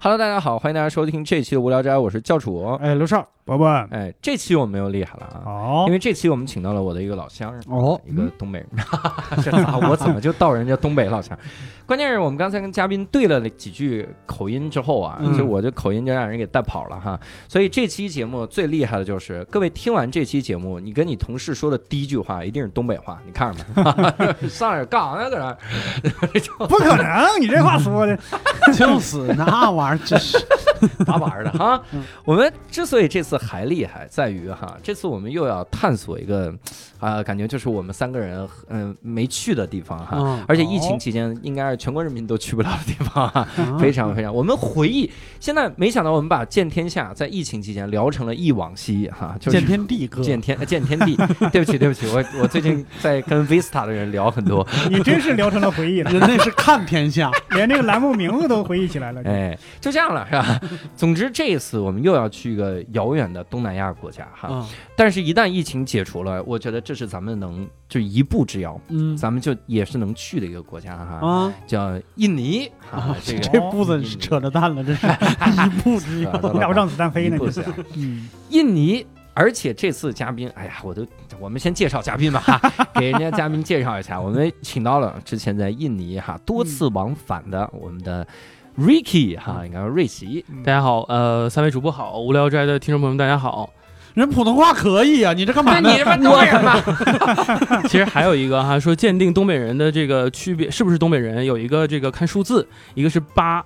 Hello，大家好，欢迎大家收听这期的无聊斋，我是教主。 哎，刘少，伯伯，哎，这期我们又厉害了啊！好因，为这期我们请到了我的一个老乡，哦一个东北 人，这啊，我怎么就到人家东北老乡？关键是我们刚才跟嘉宾对了几句口音之后啊，嗯就我这口音就让人给带跑了哈。所以这期节目最厉害的就是，各位听完这期节目，你跟你同事说的第一句话一定是东北话，你看着吧， 上哪杠啊，搁那儿不可能，你这话说的，嗯 就是那玩意儿，这是打板 儿的哈嗯。我们之所以这次还厉害，在于哈，这次我们又要探索一个啊、感觉就是我们三个人嗯、没去的地方哈。嗯而且疫情期间，应该是全国人民都去不了的地方哈，啊非常非常。我们回忆，现在没想到我们把《见天下》在疫情期间聊成了忆往昔哈，就是见天地哥，见天呃见天地。对不起，对不起，我我最近在跟 Vista 的人聊很 多， 你真是聊成了回忆了，人类是看天 下，连这个栏目名字都回忆起来了。哎，就这样了是吧？总之这一次我们又要去一个遥远的东南亚国家哈，嗯但是，一旦疫情解除了，我觉得这是咱们能就一步之遥，嗯咱们就也是能去的一个国家哈，啊，叫印尼啊啊，这个嗯这步子是扯着蛋了，这是一步之遥。啊打不让子弹飞一呢，步你之遥。嗯，印尼，而且这次嘉宾，哎呀，我都我们先介绍嘉宾吧， 哈给人家嘉宾介绍一下，我们请到了之前在印尼嗯哈多次往返的我们的 Ricky 嗯哈，你看瑞奇，大家好，呃，三位主播好，无聊斋的听众朋友们，大家好。人普通话可以啊，你这干嘛那呢？你这不东北人吗？ 其实还有一个哈，说鉴定东北人的这个区别是不是东北人，有一个这个看数字，一个是八，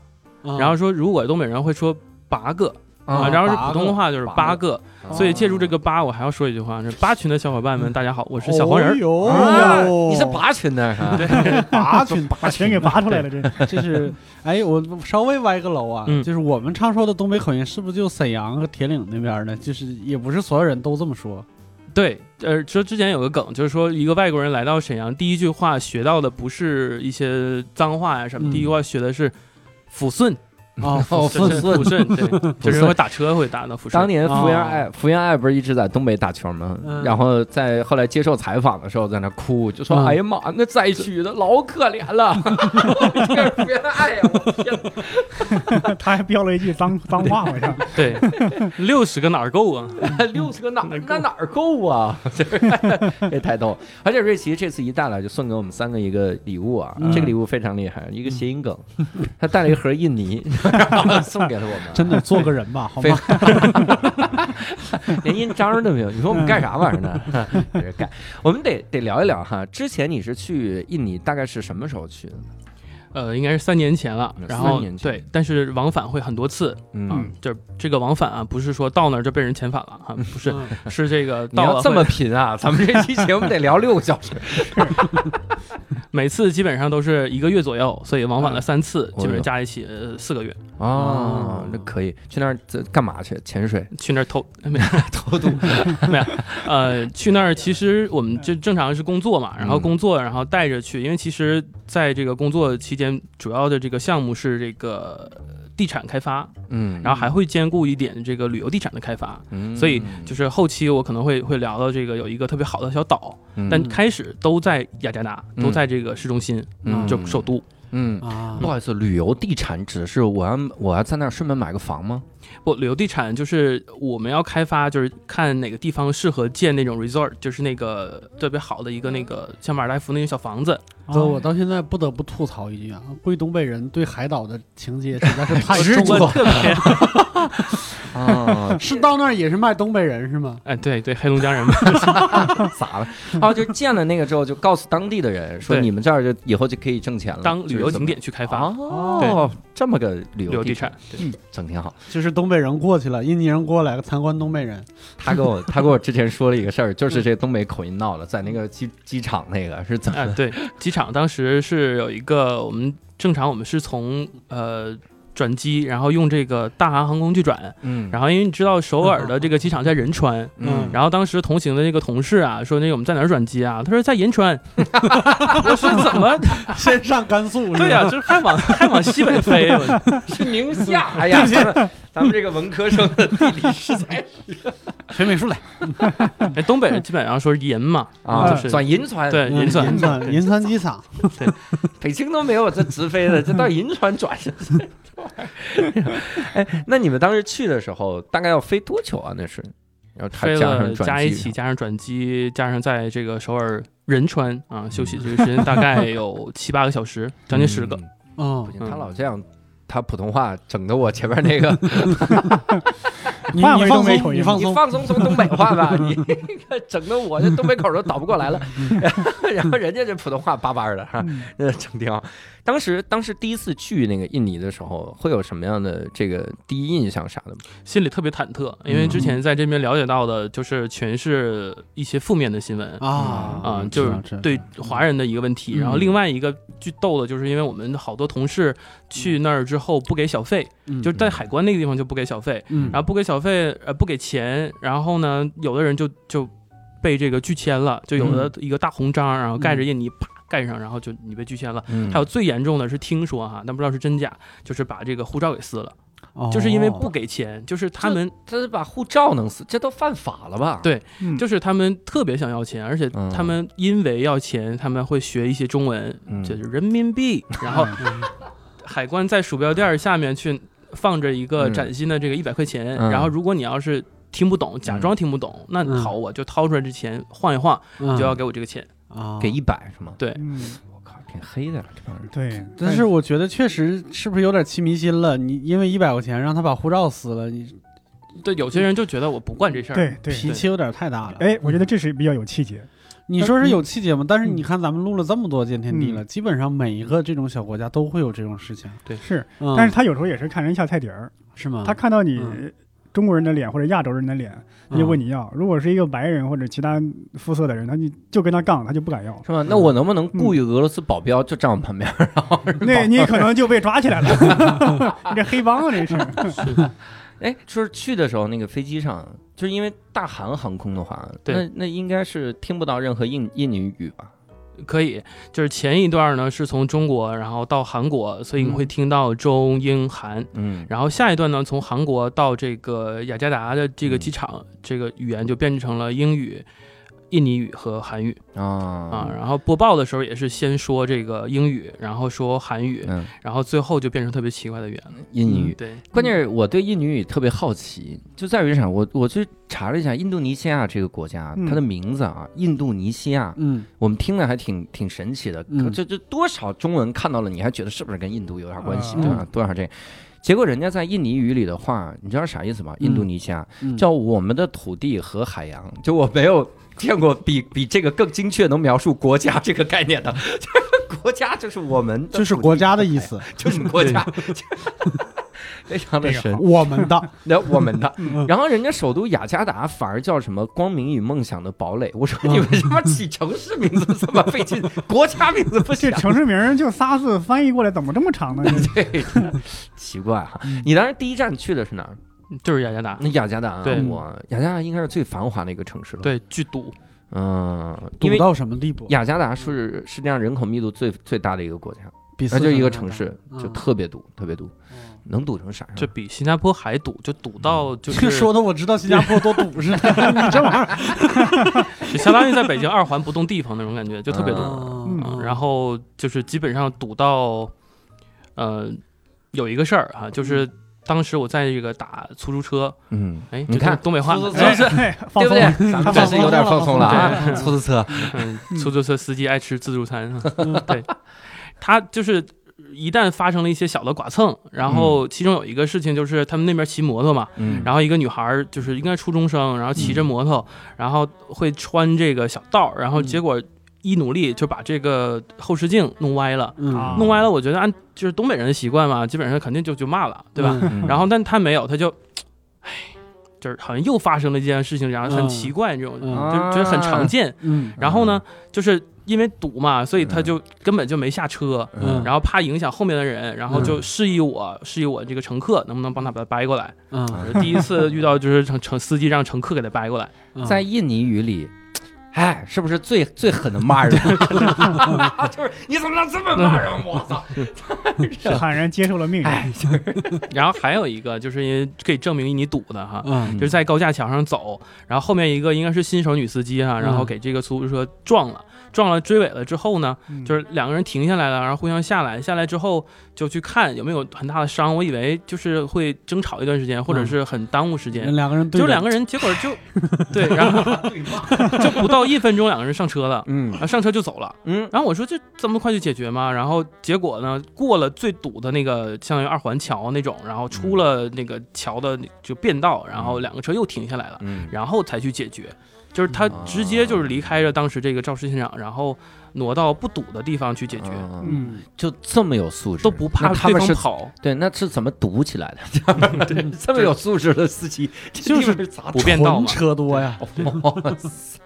啊然后说如果东北人会说八个啊，嗯啊然后是八普个通话就是八八个，个所以借助这哦个八，我还要说一句话，是八群的小伙嗯伴们，大家好，我我是小黄人儿。哦哟，啊你是拔群的哈，拔 群，把钱给拔出来了，这这 是哎，我稍微歪个楼啊，嗯就是我们常说的东北口音，是不是就沈阳和铁岭那边呢？就是也不是所有人都这么说。对，呃，说之前有个梗，就是说一个外国人来到沈阳，第一句话学到的不是一些脏话呀什么，嗯第一句话学的是抚顺， 啊，哦是是抚抚顺，对，就是顺会打车会打到抚顺。当年福原哦爱，福原爱不是一直在东北打球吗？嗯然后在后来接受采访的时候，在那哭，就说：“嗯哎呀妈，那灾区的老可怜了， 这是福原爱哎呀！”我天哪， 他还飙了一句脏脏话，好像。对，六十个哪儿够啊？六十个 哪儿那哪儿够啊？ 这太逗了！而且瑞奇这次一带来就送给我们三个一个礼物啊，嗯这个礼物非常厉害，一个谐音 梗，他带了一盒印尼，然后送给了我们，真的做个人 吧，好非吗？ 连印章都没有，你说我们干啥玩意儿呢？在 这干，我们得得聊一聊哈。之前你是去印尼，大概是什么时候去的？呃，应该是三年前了嗯。然三后年前对，但是往返会很多次，嗯，就是这个往返啊，不是说到那儿就被人遣返了啊，不是，嗯是这个你到要了这么会，贫 啊，咱们这期节目得聊六个小 时，每次基本上都是一个月左右，所以往返了三次，嗯基本上加一起呃四个月，哦，那可以去那儿这干嘛去？潜水、去那儿偷 没偷 渡，呃，去那儿其实我们就正常是工作嘛，然后嗯工作，然后带着去，因为其实在这个工作期间，主要的这个项目是这个地产开发，嗯，然后还会兼顾一点这个旅游地产的开发，嗯所以就是后期我可能会会聊到这个有一个特别好的小岛，但嗯开始都在雅加达，嗯都在这个市中心，嗯就首都。嗯。 啊不，好意思，旅游地产指的是我要我要在那儿顺便买个房吗？不，旅游地产就是我们要开发，就是看哪个地方适合建那种 resort，就是那个特别好的一个那个像马尔代夫那种小房子。哥，我到现在不得不吐槽一句啊，贵东北人对海岛的情节实在是太执重着了。特别 啊， 是到那儿也是卖东北人是吗？哎，对对，黑龙江人嘛，咋了？哦，就建了那个之后，就告诉当地的人说，对你们这儿就以后就可以挣钱了，当旅游景点。点去开发。哦，这么个旅旅游游地地嗯产，对整挺好。就是东北人过去了，印尼人过来参观东北 人，他给 我他给我之前说了一个事儿，就是这东北口音闹了，在那个机机场那个是怎啊么？哎，对，机场当时是有一个我们正常，我们是从呃转机，然后用这个大韩航空去转。嗯，然后因为你知道首尔的这个机场在仁川，嗯然后当时同行的那个同事啊说那个我们在哪儿转机啊？他说在银川。我说怎么？先上甘肃， 对呀、就是还往还往西北飞。我是宁夏，哎 呀，咱们咱们这个文科生的地理实在是学美术来，哎，东北基本上说是银嘛，啊，就是转银川，对银川嗯银川银川机场，北京都没有这直飞的，这到银川转去。 哎，那你们当时去的时候，大概要飞多久啊？那是，然后还飞加了上转加机嗯一起，加上转机，加上在这个首尔仁川啊休息这个时间大概 有七八个小时，将近十个。嗯。嗯不，行，他老这样，他普通话整的我前面那个，你范你围都放没松，回你应放你松，放松从东北话 吧，你整的我这东北口都倒不过来 了。然后人家这普通话巴巴的哈，嗯那整挺好。当时当时第一次去那个印尼的时候，会有什么样的这个第一印象啥的吗？心里特别忐忑，因嗯为之前在这边了解到的，就是全是一些负面的新闻啊啊、嗯就知道知是道对华人的一个问题。嗯然后另外一个巨逗的，就是因为我们好多同事去那儿之后不给小费，嗯就是在海关那个地方就不给小费，嗯然后不给小费，呃，不给钱，然后呢，有的人就就被这个拒签了，就有嗯的一个大红章，然后盖着印泥啪盖上，然后就你被拒签了。嗯还有最严重的是，听说哈，但不知道是真假，就是把这个护照给撕了，哦就是因为不给钱，就是他们这是把护照弄死，这都犯法了吧？对嗯就是他们特别想要钱，而且嗯他们因为要钱，他们会学一些中文，嗯就是人民币。然后海关在鼠标垫儿下面去放着一个嗯崭新的这个一百块钱，嗯然后如果你要是听不懂，假装听不懂，那好，我就掏出来这钱晃一晃，嗯 就要给我这个钱。啊给一百是吗？嗯，我靠，挺黑的了，这帮人。对，但是我觉得确实是不是有点欺迷心了？你因为一百块钱让他把护照撕了，你对，有些人就觉得我不惯这事儿，哎对对，脾气有点太大了。嗯哎，我觉得这是比较有气节，你说是有气节吗？但是你看咱们录了这么多见天地嗯了，基本上每一个这种小国家都会有这种事情。是，嗯但是他有时候也是看人下菜碟儿，是吗？他看到你嗯中国人的脸或者亚洲人的脸，他就问你你要。如果是一个白人或者其他肤色的人，他就就跟他杠，他就不 敢要。是吧？那我能不能雇一个俄罗斯保镖就站我旁边？那你可能就被抓起来了，你这黑帮啊，这是。 哎，就是去的时候那个飞机上，就是因为大韩航空的话，对那那应该是听不到任何印印尼语吧？可以。就是前一段呢是从中国，然后到韩国，所以你会嗯听到中英韩。嗯，然后下一段呢，从韩国到这个雅加达的嗯这个机场，这个语言就变成了英语、印尼语和韩语啊。啊，然后播报的时候也是先说这个英语，然后说韩语，嗯，然后最后就变成特别奇怪的语言了。印尼语。对，关键是我对印尼语特别好奇，就在于啥？我我去查了一下印度尼西亚这个国家，嗯它的名字啊，印度尼西亚，嗯我们听了还挺挺神奇的，嗯这这多少中文看到了，你还觉得是不是跟印度有点关系，嗯对吧？多少这，结果人家在印尼语里的话，你知道啥意思吗？嗯印度尼西亚嗯叫我们的土地和海洋，就我没有见过比比这个更精确能描述国家这个概念的， 就是国家就是我们的土地，就是国家的意思，就是国家， 非常的神。 我们的那我们的，嗯然后人家首都雅加达反而叫什么“光明与梦想的堡垒”。我说嗯你为什么起城市名字这么费劲，国家名字不这行？ 城市名儿就仨字翻译过来，怎么这么长呢？这对，奇怪哈、嗯你当时第一站去的是哪儿？就是雅加达，那雅加达、啊，对我雅加达应该是最繁华的一个城市了。，对，巨堵，嗯，因堵为到什么地步？雅加达是世界上人口密度最最大的一个国家，比那四就一个川城还市，大就特别堵，特别堵，嗯能堵成啥样？就比新加坡还堵，就堵到嗯就这是 说的我知道新加坡多堵 似的，你这玩意儿就相当于在北京二环不动地方那种感觉，就特别堵。嗯嗯，嗯然后就是基本上堵到，呃，有一个事儿哈、就是嗯当时我在这个打出租车，嗯，哎，你看这东北话，出租车哎是哎放对不对松了，？咱们这是有点放松了啊，出租车，嗯，出租车司机爱吃自助餐，啊嗯对，他就是一旦发生了一些小的剐蹭，然后其中有一个事情就是他们那边骑摩托嘛，嗯，然后一个女孩儿就是应该初中生，然后骑着摩托，然后会穿这个小道儿，然后结果一努力就把这个后视镜弄歪了。嗯啊弄歪了，我觉得按就是东北人的习惯嘛，基本上肯定就就骂了，对吧？嗯嗯然后但他没有，他就，哎，就是好像又发生了一件事情，然后很嗯奇怪这种，嗯就就是很常见。嗯然后呢，就是因为堵嘛，所以他就根本就没下车，嗯然后怕影响后面的人，然后就示意我示意我这个乘客能不能帮他把他掰过来。嗯，第一次遇到就是乘乘司机让乘客给他掰过来，嗯在印尼语里，哎，是不是最最狠的 骂人？就是你怎么能这么骂人？啊我操！坦然接受了命运。哎，然后还有一个就是因为可以证明你堵的哈。嗯就是在高架桥上走，然后后面一个应该是新手女司机哈、然后嗯给这个出租车撞了，撞了追尾了之后呢，嗯就是两个人停下来了，然后互相下来，下来之后就去看有没有很大的伤，我以为就是会争吵一段时间，或者是很耽误时间，人嗯两个人嗯对就着两个人结果就 对，然后 就不到一分钟，两个人上车了。嗯然后上车就走了，嗯然后我说这这么快就解决吗？然后结果呢，过了最堵的那个相当于二环桥那种，然后嗯出了那个桥的那就变道，然后两个车又停下来了，嗯，然后才去解决。就是他直接就是离开了当时这个肇事现场，然后挪到不堵的地方去解决，嗯，嗯就这么有素质，都不怕那他对们方是跑，对，那是怎么堵起来的？ 对， 这么有素质的司机，就是这地方咋不变道囤嘛。车多呀， 堵？哇塞，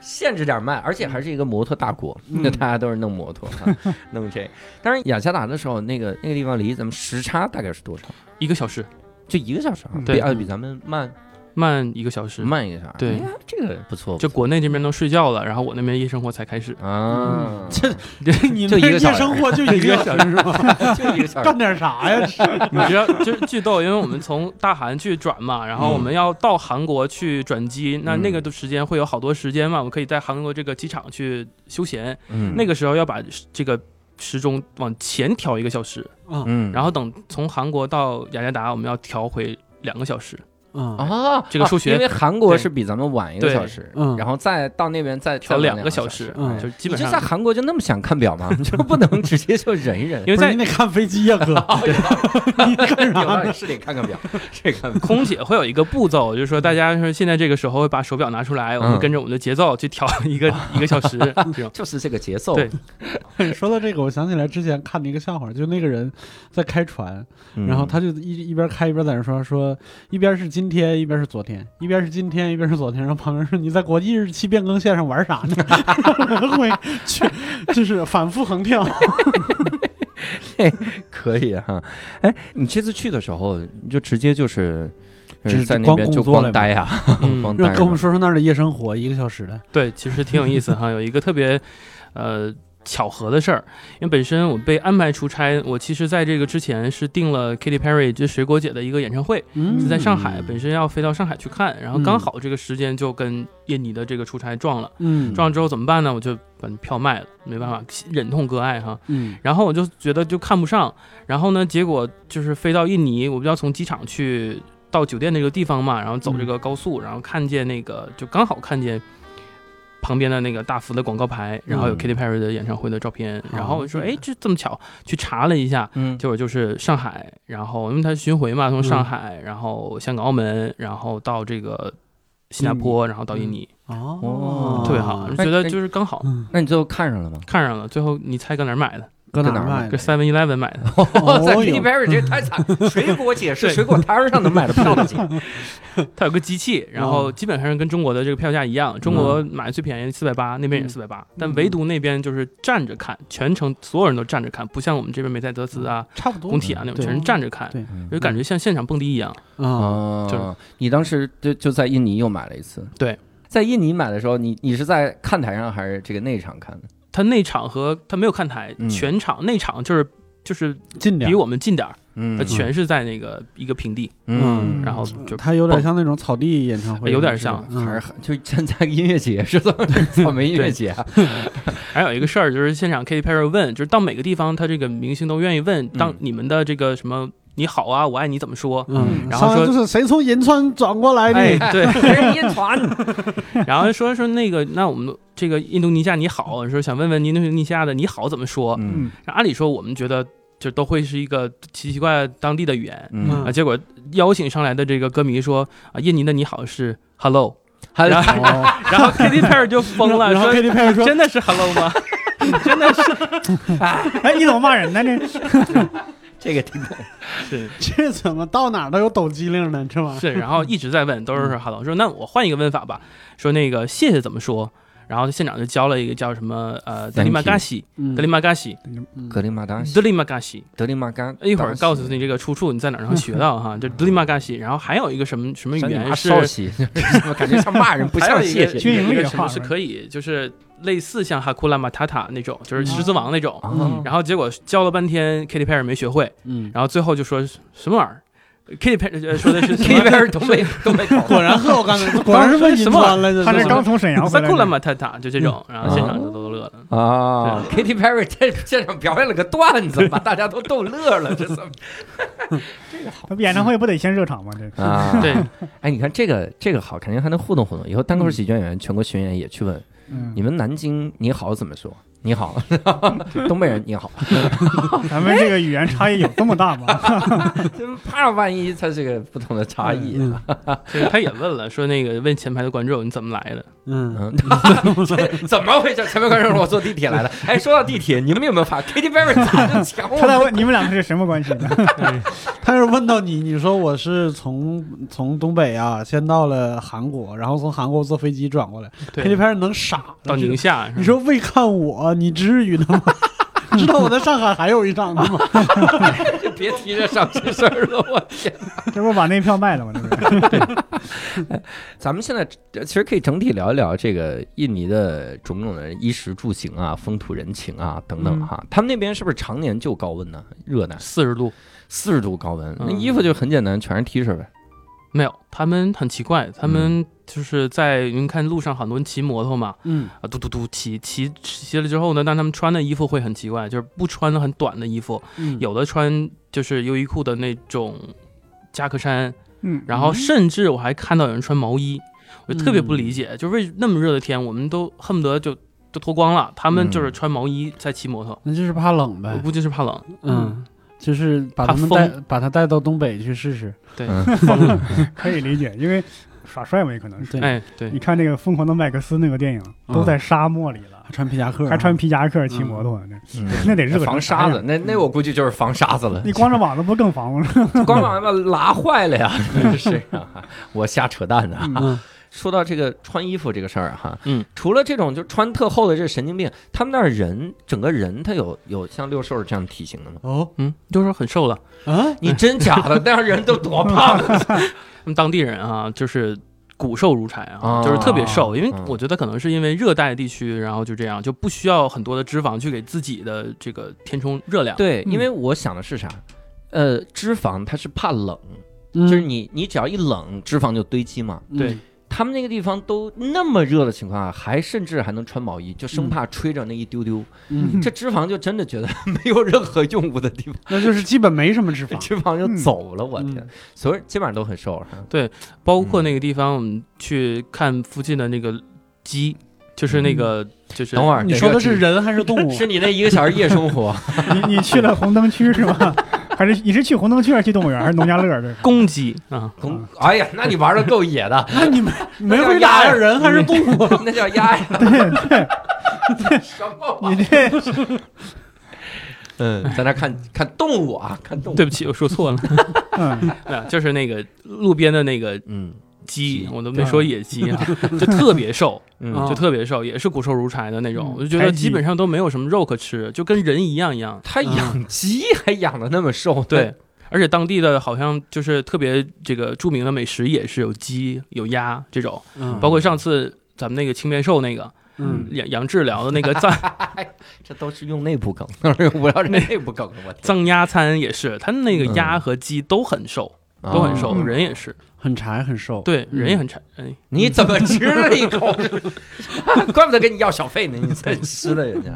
限制点卖，而且还是一个摩托大国，嗯那大家都是弄摩托， 哈弄这。当然，雅加达的时候，那个那个地方离咱们时差大概是多少？一个小时就一个小时啊，嗯比对啊比咱们慢慢一个小时，慢一个小时。对哎呀，这个不错，就不国内这边能睡觉了，然后我那边夜生活才开始。错嗯啊，嗯 这你就们一个夜小时生活就一个小时是吧？ 就一个小时 干。点啥呀？你哎知道， 就是巨逗，因为我们从大韩去转嘛，然后我嗯们要到韩国去转机，那那个的时间会有好多时间嘛，我们可以在韩国这个机场去休闲。嗯，那个时候要把这个时钟往前调一个小时，嗯，然后等从韩国到雅加达，我们要调回两个小时。嗯啊，这个数学啊因为韩国对是比咱们晚一个对小时，嗯然后再到那边再调再两晚个小哎小时嗯就基你本就在上，韩国就那么想看表吗？ 你就不能直接就忍一 忍？因为不是在你得看飞机呀，哥， 你干有道啥？理是得看看表，这个空姐会有一个步骤，就是说大家说现在这个时候会把手表拿出来，我们嗯跟着我们的节奏去调 一个一个小时这种。就是这个节奏。对 说到这个，我想起来之前看的一个笑话，就那个人在开船，嗯然后他就一一边开一边在那说说，一边是今天，一边是昨天，一边是今天，一边是昨天。然后旁边说你在国际日期变更线上玩啥呢？会去就是反复横跳。可以哈。哎，你这次去的时候，你就直接就是只呃在那光边工就作光啊了待呀，光嗯，待让跟我们着。说说那儿的夜生活，一个小时的。对，其实挺有意思哈，有一个特别，呃。巧合的事儿，因为本身我被安排出差，我其实在这个之前是订了 Katy Perry 这水果姐的一个演唱会，嗯是在上海，嗯本身要飞到上海去看，然后刚好这个时间就跟印尼的这个出差撞了，嗯撞了之后怎么办呢？我就把票卖了，没办法，忍痛割爱哈。嗯然后我就觉得就看不上，然后呢，结果就是飞到印尼，我不要从机场去到酒店那个地方嘛，然后走这个高速，然后看见那个就刚好看见旁边的那个大幅的广告牌，然后有嗯 Katy Perry 的演唱会的照片，然后我说哦哎，这这么巧，去查了一下，嗯，结果就是上海，然后因为它巡回嘛，从上海，然后香港、澳门，然后到这个新加坡，然后到印尼，嗯哦哦，特别好，就哎觉得哎就是刚好嗯，那你最后看上了吗？看上了。最后你猜搁哪儿买的？搁在哪哪儿儿买卖 搁的？ Seven Eleven 买的。 哦 Katy 哟 Perry 这太惨， 水果姐是对水果摊儿上能买的票的姐。它有个机器，然后基本上是跟中国的这个票价一样，中国买最便宜四百八，那边也嗯四百八，但唯独那边就是站着看，全程所有人都站着看，不像我们这边梅赛德斯啊、差不多工体啊那种，嗯对全是站着看，对嗯就感觉像现场蹦迪一样。啊。哦 就，你当时就就在印尼又买了一次。对，在印尼买的时候，你你是在看台上还是这个内场看的？它内场和它没有看台，嗯全场内场就是就是近点比儿，我们近点儿。嗯它全是在那个一个平地，嗯，然后就哎它有点像那种草地演唱会，有点像嗯还是很就参加音乐节是怎么着草莓音乐节啊？还有一个事儿，就是现场 Katy Perry 问，就是到每个地方，他这个明星都愿意问，当嗯你们的这个什么你好啊，我爱你怎么说？嗯，然后上来说就是谁从银川转过来 哎 的？，对，人一传，然后说说那个，那我们这个印度尼西亚你好，说想问问印度尼西亚的你好怎么说？嗯嗯，按理说我们觉得就都会是一个奇奇怪怪当地的语言嗯嗯啊，结果邀请上来的这个歌迷说啊，印尼的你好是 Hello，然后哦然后 Katy Perry 就疯了， 然后说 Katy Perry 说真的是 Hello 吗？哎，你怎么骂人呢？这这个挺懂。：“ 这怎么到哪儿都有抖机灵呢？这玩意儿。”嗯是，然后一直在问，都是 hello，说那我换一个问法吧，说那个谢谢怎么说？然后现场就教了一个叫什么呃德 Thank 里 you 马嘎西，嗯德里马嘎西，格林马达西德里马嘎西，德林马干，一会儿告诉你这个出处，你在哪儿能学到 哈，就德里马嘎西。然后还有一个什么什么语山里言马是，烧西，怎 么感觉像骂人不 还有像一谢个谢军你。营里有一的个什么话是可以，就是类似像哈库拉马塔塔那种，就是狮子王那种。啊然后结果教了半天，Katy Perry 没学会，嗯，然后最后就说什么玩意儿？Katy Perry 呃说的是 K 边东 北东北口果然和我刚才果然是 问银川了，他什这么刚从沈阳回萨来库拉呢，马塔塔就这种，然后现场就都乐了。啊，Katy Perry 在 现场表演了个段子，把大家都逗乐了，这怎么他演唱会不得先热场吗？这啊？ 对，哎，你看这个这个好，肯定还能互动互动。以后单口喜剧演员全国巡演也去问嗯你，们南京你好怎么说？你好， 东北人你 好，咱们这个语言差异有这么大吗？真怕万一它这个不同的差异。嗯就是他也问了，说那个问前排的观众你怎么来的？嗯，嗯，这怎么回事？前面观众说我坐地铁来的。哎，说到地铁，你们有没有发现 Katy Perry 咋就抢我他们在问你们两个是什么关系呢？ 他要是问到你，你说我是从从东北啊，先到了韩国，然后从韩国坐飞机转过来，Katy 对， Perry 能傻到宁夏是吧你说为看我，你至于的吗？知道我在上海还有一场呢吗？就别提这上这事儿了，我天！这不把那票卖了吗？这不是？咱们现在呃其实可以整体聊一聊这个印尼的种种的衣食住行啊、风土人情啊等嗯等哈。他们那边是不是常年就高温呢？热呢？四十度四十度高温，那嗯衣服就很简单，全是 T 恤呗。没有，他们很奇怪，他们就是在你们看路上很多人骑摩托嘛，嗯，啊嘟嘟嘟骑骑骑了之后呢，但他们穿的衣服会很奇怪，就是不穿很短的衣服，嗯有的穿就是优衣库的那种夹克衫，嗯，然后甚至我还看到有人穿毛衣，我就特别不理解，就是为那么热的天，我们都恨不得就都脱光了，他们就是嗯穿毛衣在骑摩托，那就是怕冷我呗。估计是怕冷，嗯，就是把他们怕带风把他带到东北去试试。对，嗯 可以理解，因为耍帅嘛，也可能是。对，哎对嗯你，看那个《疯狂的麦克斯》那个电影，都在沙漠里了，还穿皮夹克，啊还穿皮夹克骑摩托，那嗯那嗯得热成防啥沙样子，。那那我估计就是防沙子了。你光着膀子不更防吗？ 光把它拉坏了呀！是啊，我瞎扯淡的啊。嗯 说到这个穿衣服这个事儿哈，嗯，除了这种就穿特厚的这神经病，他们那儿人整个人他有有像六兽这样体型的吗？哦嗯，就是很瘦了。啊，你真假 的？那样人都多胖啊！他们当地人啊，就是骨瘦如柴啊，哦就是特别瘦，因为嗯我觉得可能是因为热带地区，然后就这样，就不需要很多的脂肪去给自己的这个填充热量。对，嗯因为我想的是啥？呃，脂肪它是怕冷，就就是你你只要一冷，脂肪就堆积嘛。对，他们那个地方都那么热的情况下，还甚至还能穿毛衣，就生怕吹着那一丢丢，嗯，这脂肪就真的觉得 没有任何用武的地方， 那就是基本没什么 脂肪。脂肪就走了。我嗯天，所以基本上都很瘦哈。包括那个地方，我们去看附近的那个鸡，就是那个就是嗯等会儿你说的是这个人还是动 物？是你那一个小时夜生 活，你你去了红灯区是 吧？还是你是去红灯区还是去动物园还是农家乐？这是公鸡啊，公哎呀，那你玩的够野 的，那你没 没那叫回鸭答呀是人还是动 物？那叫鸭呀，对对， 什么玩意儿？你这嗯，在那看看动物啊，看动物。对不起，我说错了， 嗯没有，就是那个路边的那个嗯鸡鸡，我都没说野鸡啊， 就特别瘦，嗯啊，就特别瘦，也是骨瘦如柴的那种，嗯我就觉白得鸡基本上都没有什么肉可吃，就跟人一样一样。他养鸡还养的那么瘦，嗯对，而且当地的好像就是特别这个著名的美食也是有鸡有鸭这种，嗯包括上次咱们那个青面兽那个嗯，杨杨志聊的那个藏这都是用内部 梗，我要是内部梗， 我天藏鸭餐也是，他那个鸭和鸡都很瘦，啊都很哦瘦，嗯人也是，很柴很瘦。对，嗯人也很馋，哎，你怎么吃了一口？ 怪不得跟你要小费呢，你才 吃了啊人家。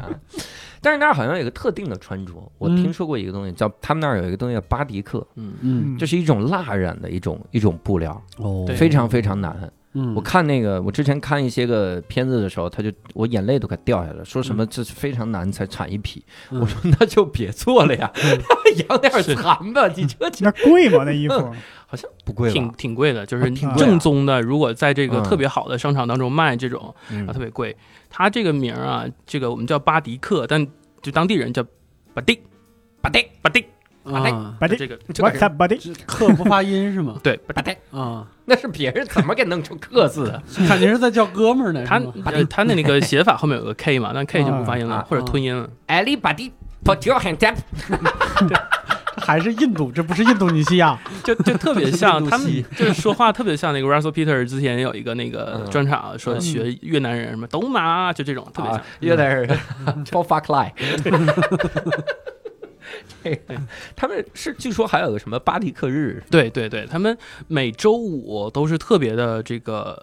但是那儿好像有一个特定的穿着，我嗯听说过一个东西，叫他们那儿有一个东西叫巴迪克，嗯，嗯嗯，这是一种蜡染的一种一种布料，哦对非常非常难。嗯我看那个，我之前看一些个片子的时候，他就我眼泪都快掉下来了，说什么这是非常难才产一匹。嗯我说那就别做了呀， 养点蚕吧，你这那贵吗？那衣嗯服？好像不贵挺吧？挺贵的，就啊是挺贵啊正宗的，如果在这个嗯特别好的商场当中卖这种，嗯啊，特别贵。它这个名儿啊，这个我们叫巴迪克，但就当地人叫巴迪，巴迪，巴迪，哎啊， buddy 这个这个 What's 人 up, buddy？这克不发音是吗？ 对，不太，啊，那是别人怎么给弄成克字的？看你是在叫哥们儿呢，他哎是吗呃他那个写法后面有个 k 嘛，但 k 就不发音了，啊或者吞音了。艾利巴蒂。不就很在还是印度，这不是印度尼西亚，就就特别像印度他们系，就是说话特别像那个 Russell Peter 之前有一个那个嗯专场，啊说学越南人什么懂吗？就这种特别像啊，嗯有点儿 包发 cry。这个他们是据说还有个什么巴蒂克日，对对对，他们每周五都是特别的这个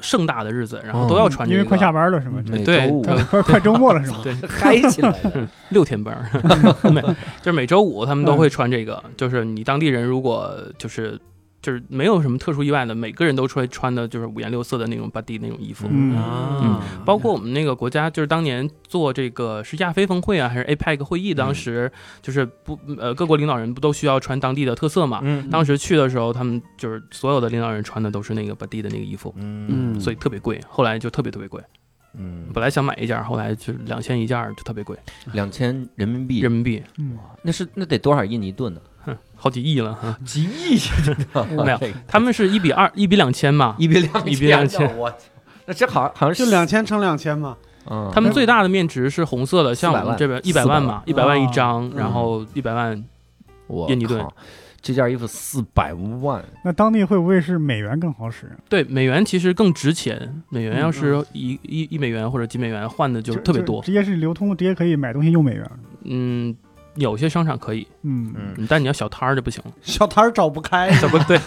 盛大的日子，然后都要穿这因个，为快下班了是吗？每对周五嗯快快周末了是 吗？对 嗨起来了。六天班儿，每就是每周五他们都会穿这个，就是你当地人如果就是。就是没有什么特殊意外的，每个人都穿穿的就是五颜六色的那种巴蒂那种衣服，嗯啊，包括我们那个国家，就是当年做这个是亚非峰会啊，还是 APEC 会议，当时就是不呃各国领导人不都需要穿当地的特色嘛？嗯当时去的时候，他们就是所有的领导人穿的都是那个本地的那个衣服， 嗯嗯，所以特别贵。后来就特别特别贵，嗯，本来想买一件儿，后来就两千一件儿就特别贵，两千人民币人，民币嗯，那是那得多少印尼盾呢？哼好几亿了。嗯哈几亿， 没有他们是一比二，一比两千嘛。一比两，一比两千，我去那这好像好像就两，千乘两千嘛，嗯他们最大的面值是红色的，像我400们万这边一百万嘛，一百万一张，嗯然后一百万我印尼盾靠，这件衣服四百万，那当地会不会是美元更好使？对，美元其实更值钱。美元要嗯是一一一美元或者几美元换的就特别多。直接是流通，直接可以买东西用美元。嗯，有些商场可以，嗯，嗯，但你要小摊儿就不行 了。小摊儿找不开，小不对，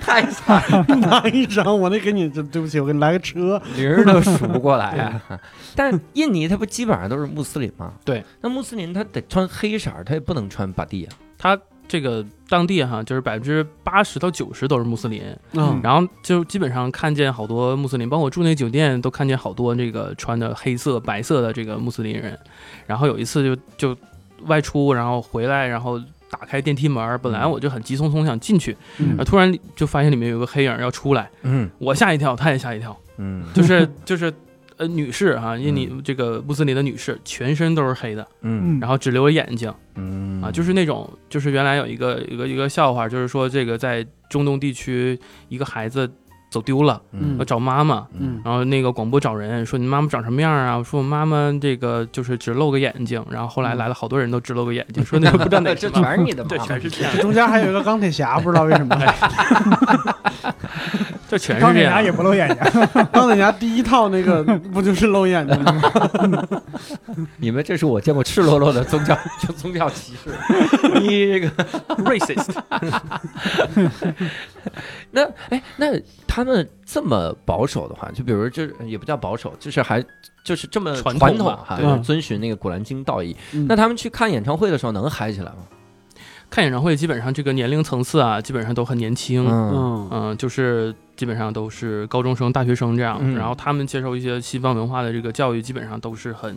太惨了， 拿一张我那给你，这对不起，我给你来个车，零儿都数不 过来啊。但是印尼它不基本上都是穆斯林吗？对，那穆斯林他得穿黑色儿，他也不能穿巴蒂啊。他这个当地哈，就是百分之八十到九十都是穆斯林，嗯然后就基本上看见好多穆斯林，包括我住那酒店都看见好多这个穿着黑色、白色的这个穆斯林人。然后有一次就就外出，然后回来，然后打开电梯门儿，本来我就很急匆匆想进去，嗯然后突然就发现里面有个黑影儿要出来。嗯我吓一跳，他也吓一跳，嗯就是 就是呃，女士啊，印尼这个穆斯林的女士，全身都是黑的，嗯然后只留了眼睛嗯啊，就是那种就是原来有一个一个一个笑话，就是说这个在中东地区，一个孩子走丢了，嗯要找妈妈。嗯然后那个广播找人说你妈妈长什么样啊？我说我妈妈这个就是只露个眼睛，然后后来来了好多人都只露个眼睛，说那个不知 道哪嗯这是妈妈全是你的对妈妈全是这样，中间还有一个钢铁侠，不知道为什么，就全钢是这铁侠样也。不露眼睛。 钢铁侠第一套那 个不就是露眼睛吗？你们这是我见过赤裸裸的宗 教就宗教歧视。你这个 racist， 那哎，那他们这么保守的话，就比如就是也不叫保守，就是还就是这么传统传统吧嗯哈，对就是遵循那个《古兰经》道义。 嗯那他们去看演唱会的时候能嗨起来吗？看演唱会基本上这个年龄层次啊，基本上都很年轻，嗯嗯嗯，就是基本上都是高中生、大学生这样，嗯然后他们接受一些西方文化的这个教育，基本上都是很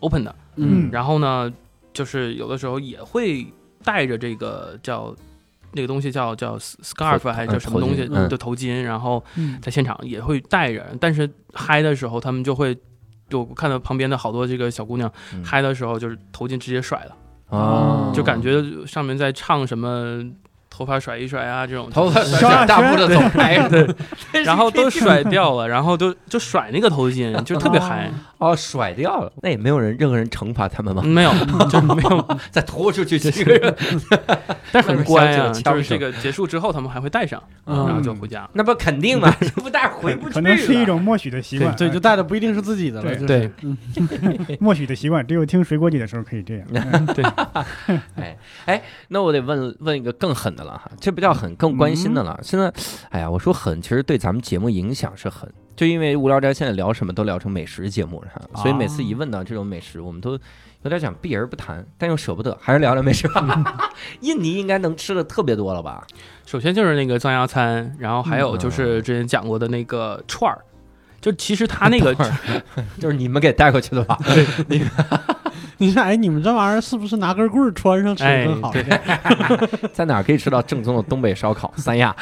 open 的。嗯然后呢，就是有的时候也会带着这个叫那个东西叫叫 scarf 还是叫什么东西头巾嗯的头巾，然后嗯在现场也会带着，但是嗨的时候他们就会。就我看到旁边的好多这个小姑娘嗯嗨的时候，就是头巾直接甩了，啊，嗯就感觉上面在唱什么“头发甩一甩”啊这种头发萧甩亚大步轩的走开，对，然后都甩掉了，然后都就甩那个头巾，就是特别嗨。哦甩掉了，那也没有人任何人惩罚他哦们吗？没 有，嗯就没有， 再拖出去几个人，但是很乖外啊。面响起了就枪是声这个结束之后，他们还会带上，嗯然后就回家。那不肯定 吗？这不但是回不去可能是一了。种默许的习惯，对，就带的不一定是自己的了，对就是对，嗯哎默许的习惯，只有听水果姐的时候可以这样。那我得问问一个更狠的了哈，这不叫狠，更关心的了。嗯现在，哎呀，我说狠，其实对咱们节目影响是狠，就因为无聊斋现在聊什么都聊成美食节目了哈，所以每次一哦问到这种美食，我们都有点想避而不谈，但又舍不得，还是聊聊美食吧。 印尼应该能吃的特别多了吧？首先就是那个藏鸭餐，然后还有嗯就是之前讲过的那个串儿。就其实他 那个哎就是你们给带过去的吧？你看，哎，你们这玩意儿是不是拿根棍儿穿上吃哎更好？对，在哪儿可以吃到正宗的东北烧烤？三亚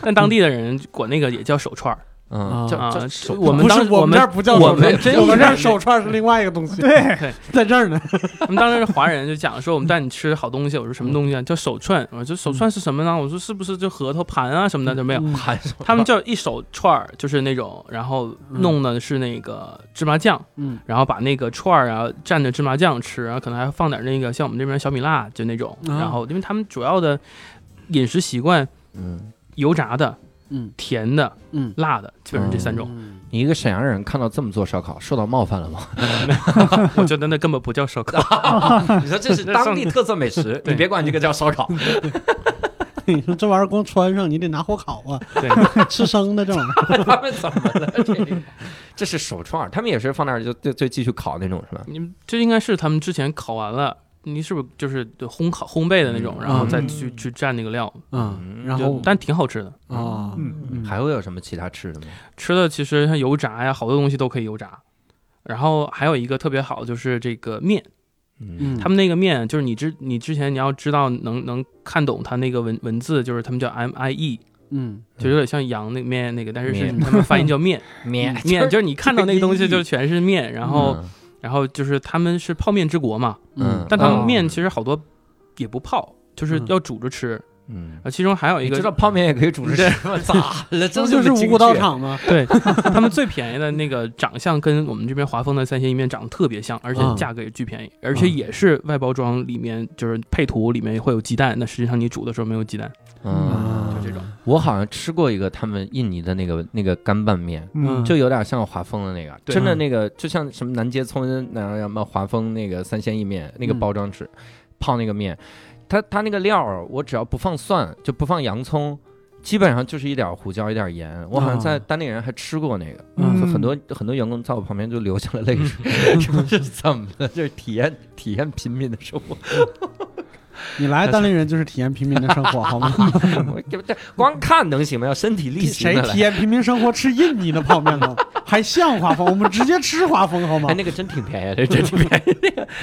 但当地的人管那个也叫手串儿，哦嗯，啊叫这啊这，这我们不是当时我们这儿不叫手我串们真我们这儿是手串是另外一个东西，对， 在这儿呢。我们当时华人就讲说，我们带你吃好东西。我说什么东西啊？叫手串。我说手串是什么呢？我说是不是就核桃盘啊什么的？就没有，嗯盘什么 他们叫一手串儿，就是那种，然后弄的是那个芝麻酱，嗯然后把那个串儿啊蘸着芝麻酱吃，然后可能还放点那个像我们这边小米辣就那种。啊然后因为他们主要的饮食习惯，嗯，油炸的、嗯甜的、嗯，辣的，基本上这三种。嗯你一个沈阳人看到这么做烧烤，受到冒犯了吗？哦我觉得那根本不叫烧 烤。 你说这是当地特色美食，对你别管这个叫烧烤。 你说这玩意儿光穿上，你得拿火烤啊，对，吃生的这玩意儿。他们怎么了？这这是手串儿，他们也是放那儿就就就继续烤那种是吧？你们这应该是他们之前烤完了，你是不是就是烘烤烘焙的那种，嗯然后再嗯去去蘸那个料，嗯 嗯，然就后但挺好吃的。啊，嗯嗯还会有什么其他吃的吗？吃的其实像油炸呀，好多东西都可以油炸。然后还有一个特别好就是这个面，嗯嗯，他们那个面就是你之你之前你要知道能能看懂它那个文文字，就是他们叫 M I E，嗯就有点像羊那面那个，但是是面他们发音 叫面面面，就是你看到那个东西这就个全是面，然后嗯然后就是他们是泡面之国嘛，嗯但他们哦面其实好多也不泡，就是嗯要煮着吃。嗯，啊，其中还有一你个知道泡面也可以煮对成什么？咋了？这这不就是五谷道场吗？对他们最便宜的那个长相跟我们这边华丰的三鲜意面长得特别像，而且嗯价格也巨便宜，而嗯且也是外包装里面就是配图里面会有鸡蛋，那实际上你煮的时候没有鸡蛋，嗯，就这种。我好像吃过一个他们印尼的那个那个干拌面，嗯，就有点像华丰的那个，对真的那个就像什么南街葱那什么华丰那个三鲜意面那个包装纸，泡那个面，它它那个料儿我只要不放蒜，就不放洋葱。基本上就是一点胡椒，一点盐。我好像在单立人还吃过那个，嗯就很多很多员工在我旁边就流下了泪水。 说这是怎么了？这是体验体验平民的生活。你嗯来单立人就是体验平民的生活，好吗？我这这光看能行吗？要身体力行谁的来体。验平民生活吃印尼的泡面呢？ 还像华丰？我们直接吃华丰好吗哎，？那个真挺便宜的，真挺便宜。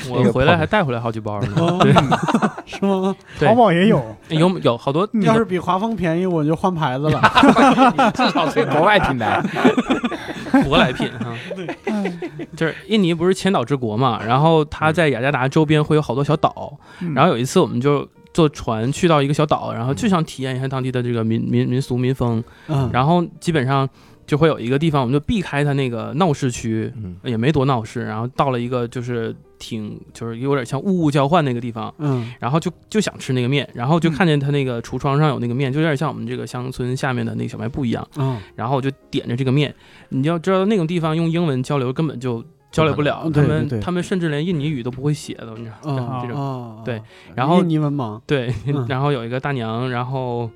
我那个哦回来还带回来好几包呢，啊是吗？对淘宝也有，有有好多要是比华丰便宜，我就换牌 子了。至少是国外品牌。舶来品哈。嗯就是印尼不是千岛之国嘛，然后它在雅加达周边会有好多小岛，嗯然后有一次我们就。坐船去到一个小岛，然后嗯就想体验一下当地的这个民民民俗民风，嗯，然后基本上就会有一个地方，我们就避开它那个闹市区，嗯也没多闹市，然后到了一个就是挺就是有点像物物交换那个地方，嗯然后就就想吃那个面，然后就嗯看见他那个橱窗上有那个面，就有点像我们这个乡村下面的那个小卖部一样， 嗯，然后我就点着这个面，你要知道那种地方用英文交流根本就交流不了，不可他能对们对对他们甚至连印尼语都不会写的，你知道嗯吗？ 这种哦对然后印尼文盲，对嗯，然后有一个大娘，然后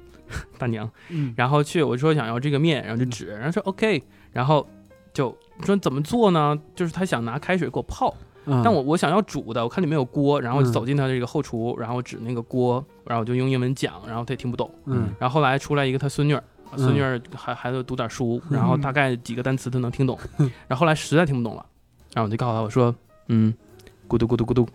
大娘，嗯然后去我说想要这个面，然后就指，然后说 OK，然后就说怎么做呢？就是他想拿开水给我泡，嗯但我我想要煮的，我看里面有锅，然后我就嗯走进他这个后厨，然后我指那个锅，然后我就用英文讲，然后他也听不懂。嗯然后后来出来一个他孙女儿，嗯孙女儿还还得读点书，然后大概几个单词他能听懂，然后后来实在听不懂了，然后我就告诉他我说嗯。咕嘟咕嘟咕嘟，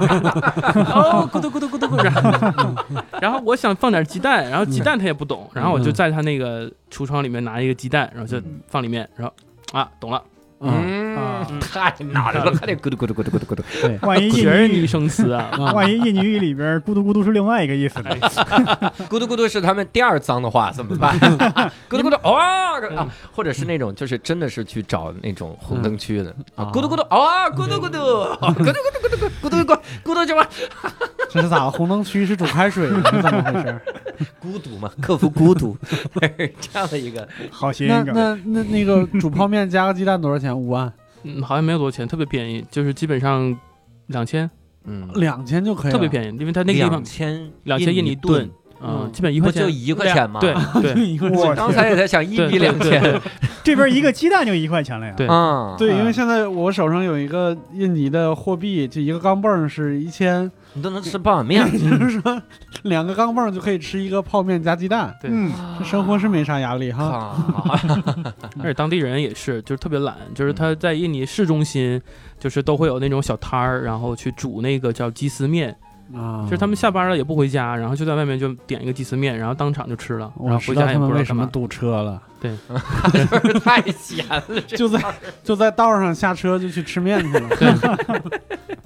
哦，咕嘟咕嘟咕嘟咕嘟。然后嗯然后我想放点鸡蛋，然后鸡蛋他也不懂，然后我就在他那个橱窗里面拿一个鸡蛋，然后就放里面，然后啊，懂了，嗯嗯啊，太哪了，还得咕嘟咕嘟咕嘟咕嘟咕嘟。万一印全是尼拟语，声词啊，啊万一印尼语里边咕嘟咕嘟是另外一个意思呢？咕嘟咕嘟是他们第二脏的话，怎么办？咕嘟咕嘟哦啊，或者是那种就是真的是去找那种红灯区嗯的啊，咕嘟咕嘟哦，咕嘟咕嘟，咕嘟咕嘟咕嘟咕嘟咕嘟咕嘟什么？这是咋了？红灯区是煮开水，是怎么回事？孤独嘛，克服孤独，这样的一个好谐那音梗，那那那个煮泡面加个鸡蛋多少钱？五万，嗯，好像没有多少钱，特别便宜，就是基本上两千，嗯，两千就可以了，特别便宜，因为它那个地方两，千两千印尼盾，嗯嗯，基本一不块就钱，一块钱吗？对对宜。一个我刚才也在想一比两千，这边一个鸡蛋就一块钱了呀。对啊，对，因嗯为现在我手上有一个印尼的货币，就一个钢镚是一千，你都能吃半碗面， 就是说两个钢镚就可以吃一个泡面加鸡蛋，对嗯，这生活是没啥压力哈。靠， 而且当地人也是，就是特别懒，嗯就是他在印尼市中心，就是都会有那种小摊儿，然后去煮那个叫鸡丝面，啊，就是他们下班了也不回家，然后就在外面就点一个鸡丝面，然后当场就吃了，然我后知啊回道家他也不们知道为干什么嘛。 堵车了，就是太闲了，这就在就在道上下车就去吃面去 了。对，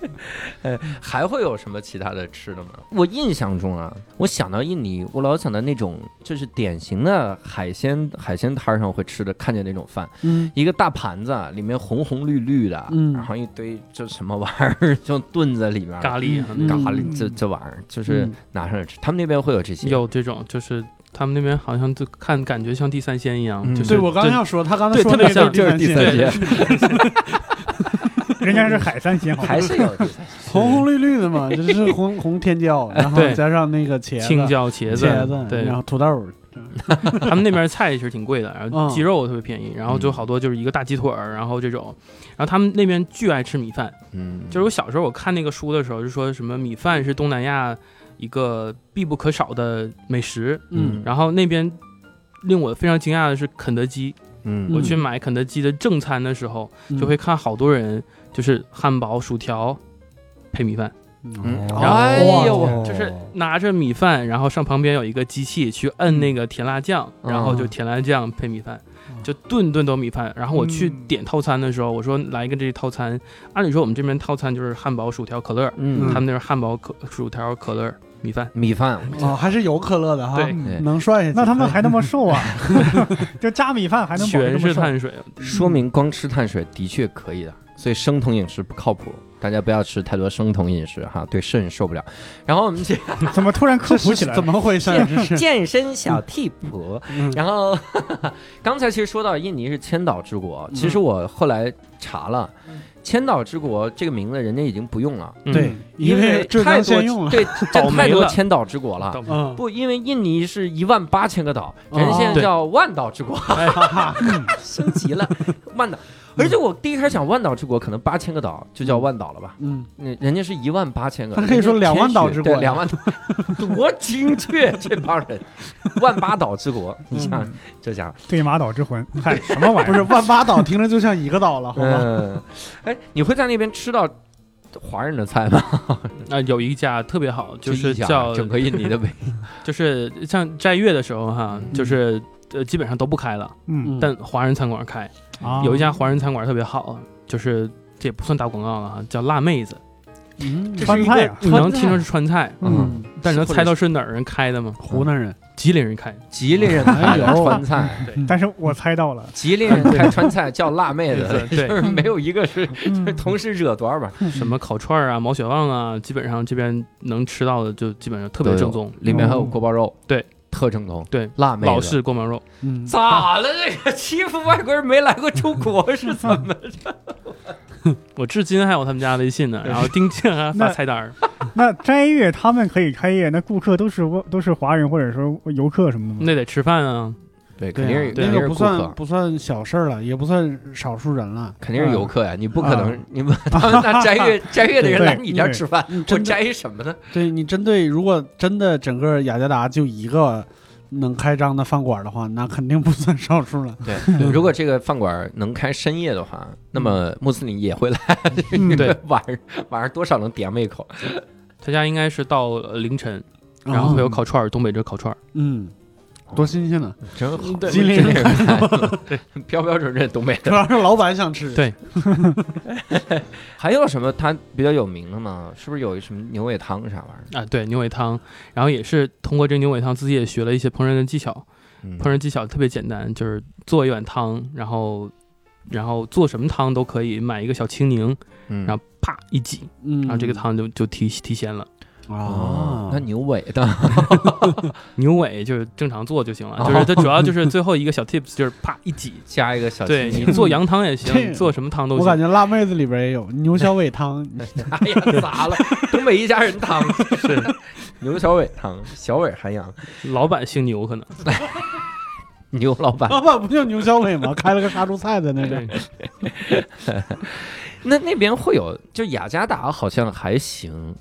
还会有什么其他的吃的吗？我印象中啊，我想到印尼，我老想到那种就是典型的海鲜海鲜摊儿上会吃的，看见那种饭，嗯，一个大盘子里面红红绿绿的，嗯然后一堆这什么玩意儿，就炖在里面，咖喱啊嗯那种咖嗯喱这这玩意儿，就是嗯拿上来吃。他们那边会有这些，有这种，就是他们那边好像就看感觉像地三鲜一样，嗯就是对我刚就要说，他刚才对，说特那别个像就就是是第第三三鲜鲜，节，人家是海 三鲜，好吧还是有第三节 红红绿绿 的嘛，就是红红天椒，然后哎对加上那个茄子、青椒、茄子，茄子，对然，后土豆，他们那边菜其实挺贵的，然后嗯鸡肉特别便宜，然后就好多就是一个大鸡腿儿，然后这种，然后他们那边巨爱吃米饭，嗯，就是我小时候我看那个书的时候就说什么米饭是东南亚一个必不可少的美食，嗯嗯然后那边令我非常惊讶的是肯德基，嗯，我去买肯德基的正餐的时候，嗯就会看好多人就是汉堡、薯条配米饭，嗯哦然后哎呦，哇我就是拿着米饭，然后上旁边有一个机器去摁那个甜辣酱，嗯然后就甜辣酱配米饭，嗯就顿顿都米饭。然后我去嗯点套餐的时候，我说来一个这套餐，按理说我们这边套餐就是汉堡、薯条、可乐，嗯，他们那是汉堡、可薯条、可乐、米饭。米饭，哦，还是有可乐的哈，对对能涮下去。那他们还那么瘦啊？就加米饭还能保持全这是么瘦？碳水，说明光吃碳水的确可以的，所以生酮饮食不靠谱，大家不要吃太多生酮饮食哈，对肾受不了。然后我们这怎么突然科这普是起来怎了？么回事？这是健身小 tip，嗯然后 刚才其实说到印尼是千岛之国，其实我后来查了，千岛之国这个名字人家已经不用了，嗯对，因为浙太多江先用了， 对，这倒霉太多了千岛之国啊了。倒霉 嗯，不，因为印尼是一万八千个岛，人家哦现在对叫万岛之国，哎 嗯升级了， 万岛。而且我第一开始想万岛之国可能八千个岛就叫万岛了吧，嗯，那人家是一万八千个，他可以说人家两万谦虚岛之国对两万岛， 多精确 这帮人，万八岛之国，你想嗯这家伙。对马岛之魂，嗨，什么玩意不是儿？万八岛听着就像一个岛了，好吧？嗯，哎，你会在那边吃到华人的菜吗？啊、有一家特别好， 就一是家叫整个印尼的嗯呗。 就是像斋月的时候哈，就是呃基本上都不开了，嗯，嗯但华人餐馆开，啊有一家华人餐馆特别好，啊就是这也不算打广告了哈，叫辣妹子，嗯这是川一菜个啊你能听说是川菜，嗯嗯，但你能猜到是哪儿人开的吗？啊湖南人，吉林人开的，吉林人 开的哎呦川菜，但是我猜到了，吉林人开川菜叫辣妹子，对嗯就是没有一个是嗯同时惹多少吧，什么烤串儿啊、毛血旺啊，基本上这边能吃到的就基本上特别正宗，里面还有锅包肉，对，特正宗，对，辣妹子老。式锅包肉。嗯，咋了？这个欺负外国人没来过中国是怎么？我至今还有他们家微信呢，然后定 期还发菜单儿。那斋月他们可以开业，那顾客都是都是华人或者说游客什嗯么的吗？那得吃饭啊， 对，肯定对是肯啊，那定个是不顾算客，不算小事儿了，也不算少数人了。嗯肯定是游客呀！你不可能啊，你们他们 那斋月斋月的人对来你这儿吃饭，嗯我真的，斋什么呢？对你针对如果真的整个雅加达就一个能开张的饭馆的话，那肯定不算少数了。对，如果这个饭馆能开深夜的话，那么穆斯林也会来。 嗯对晚上晚上多少能点胃口？啊他家应该是到呃凌晨，然后会有哦烤串儿，东北这烤串儿。嗯，多新鲜呢！真好，对吉林人嗯真是看 标标准准东北主的。要是老板想吃。对还有什么它比较有名的吗？是不是有一什么牛尾汤啥玩意儿？啊，对牛尾汤，然后也是通过这个牛尾汤，自己也学了一些烹饪的技巧。嗯烹饪技巧特别简单，就是做一碗汤，然后然后做什么汤都可以，买一个小青柠，嗯然后啪一挤，嗯，然后这个汤就就提提鲜了。哦啊，，那牛尾的，牛尾就是正常做就行了，哦就是它主要就是最后一个小 tips 就是啪一挤。加一个小对青你柠嗯做羊汤也行，这你做什么汤都我感行。觉辣妹子里边也有牛小尾汤， 哎呀，砸了！东北一家人汤 是牛小尾汤，小尾含羊，老板姓牛可能。牛老板。老板不就牛小尾 吗？开了个杀猪菜的那个对，，那那边会有，就雅加达好像还行，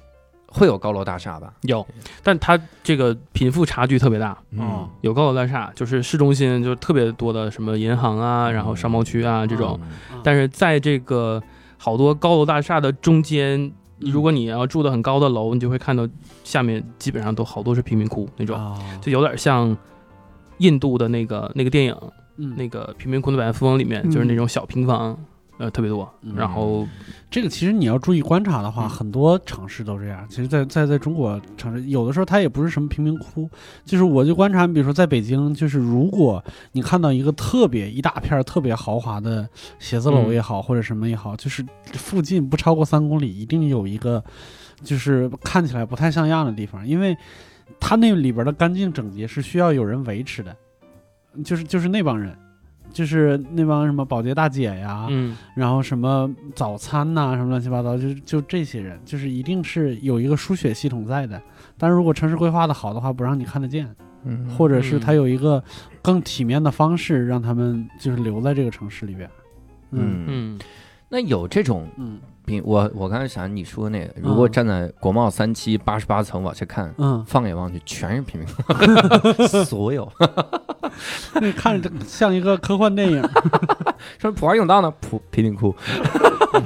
会有高楼大厦吧？有，但它这个贫富差距特别大。嗯哦有高楼大厦，就是市中心就特别多的什么银行啊，然后商贸区啊这种。嗯但是在这个好多高楼大厦的中间，如果你要住的很高的楼，你就会看到下面基哦本上都好多是贫民窟那种，啊，就有点像印度的那个那个电影嗯那个《贫民窟的百万富翁》里面，嗯就是那种小平房，呃，特别多。嗯然后这个其实你要注意观察的话，嗯很多城市都这样。其实在，在在中国城市，有的时候它也不是什么贫民窟，就是我就观察，比如说在北京，就是如果你看到一个特别一大片儿特别豪华的写字楼也好，或者什么也好，就是附近不超过三公里，一定有一个就是看起来不太像样的地方，因为它那里边的干净整洁是需要有人维持的，就是就是那帮人。就是那帮什么保洁大姐呀，嗯，然后什么早餐呐、什么乱七八糟，就就这些人，就是一定是有一个输血系统在的。但是如果城市规划的好的话，不让你看得见，嗯或者是嗯他有一个更体面的方式，让他们就是留在这个城市里边。嗯嗯，嗯那有这种嗯比我我刚才想你说那个，如果站在国贸三期八十八层往下看，嗯，放眼望去全是贫民窟， 所有。那看着像一个科幻电影。说普华永道呢，普贫民窟，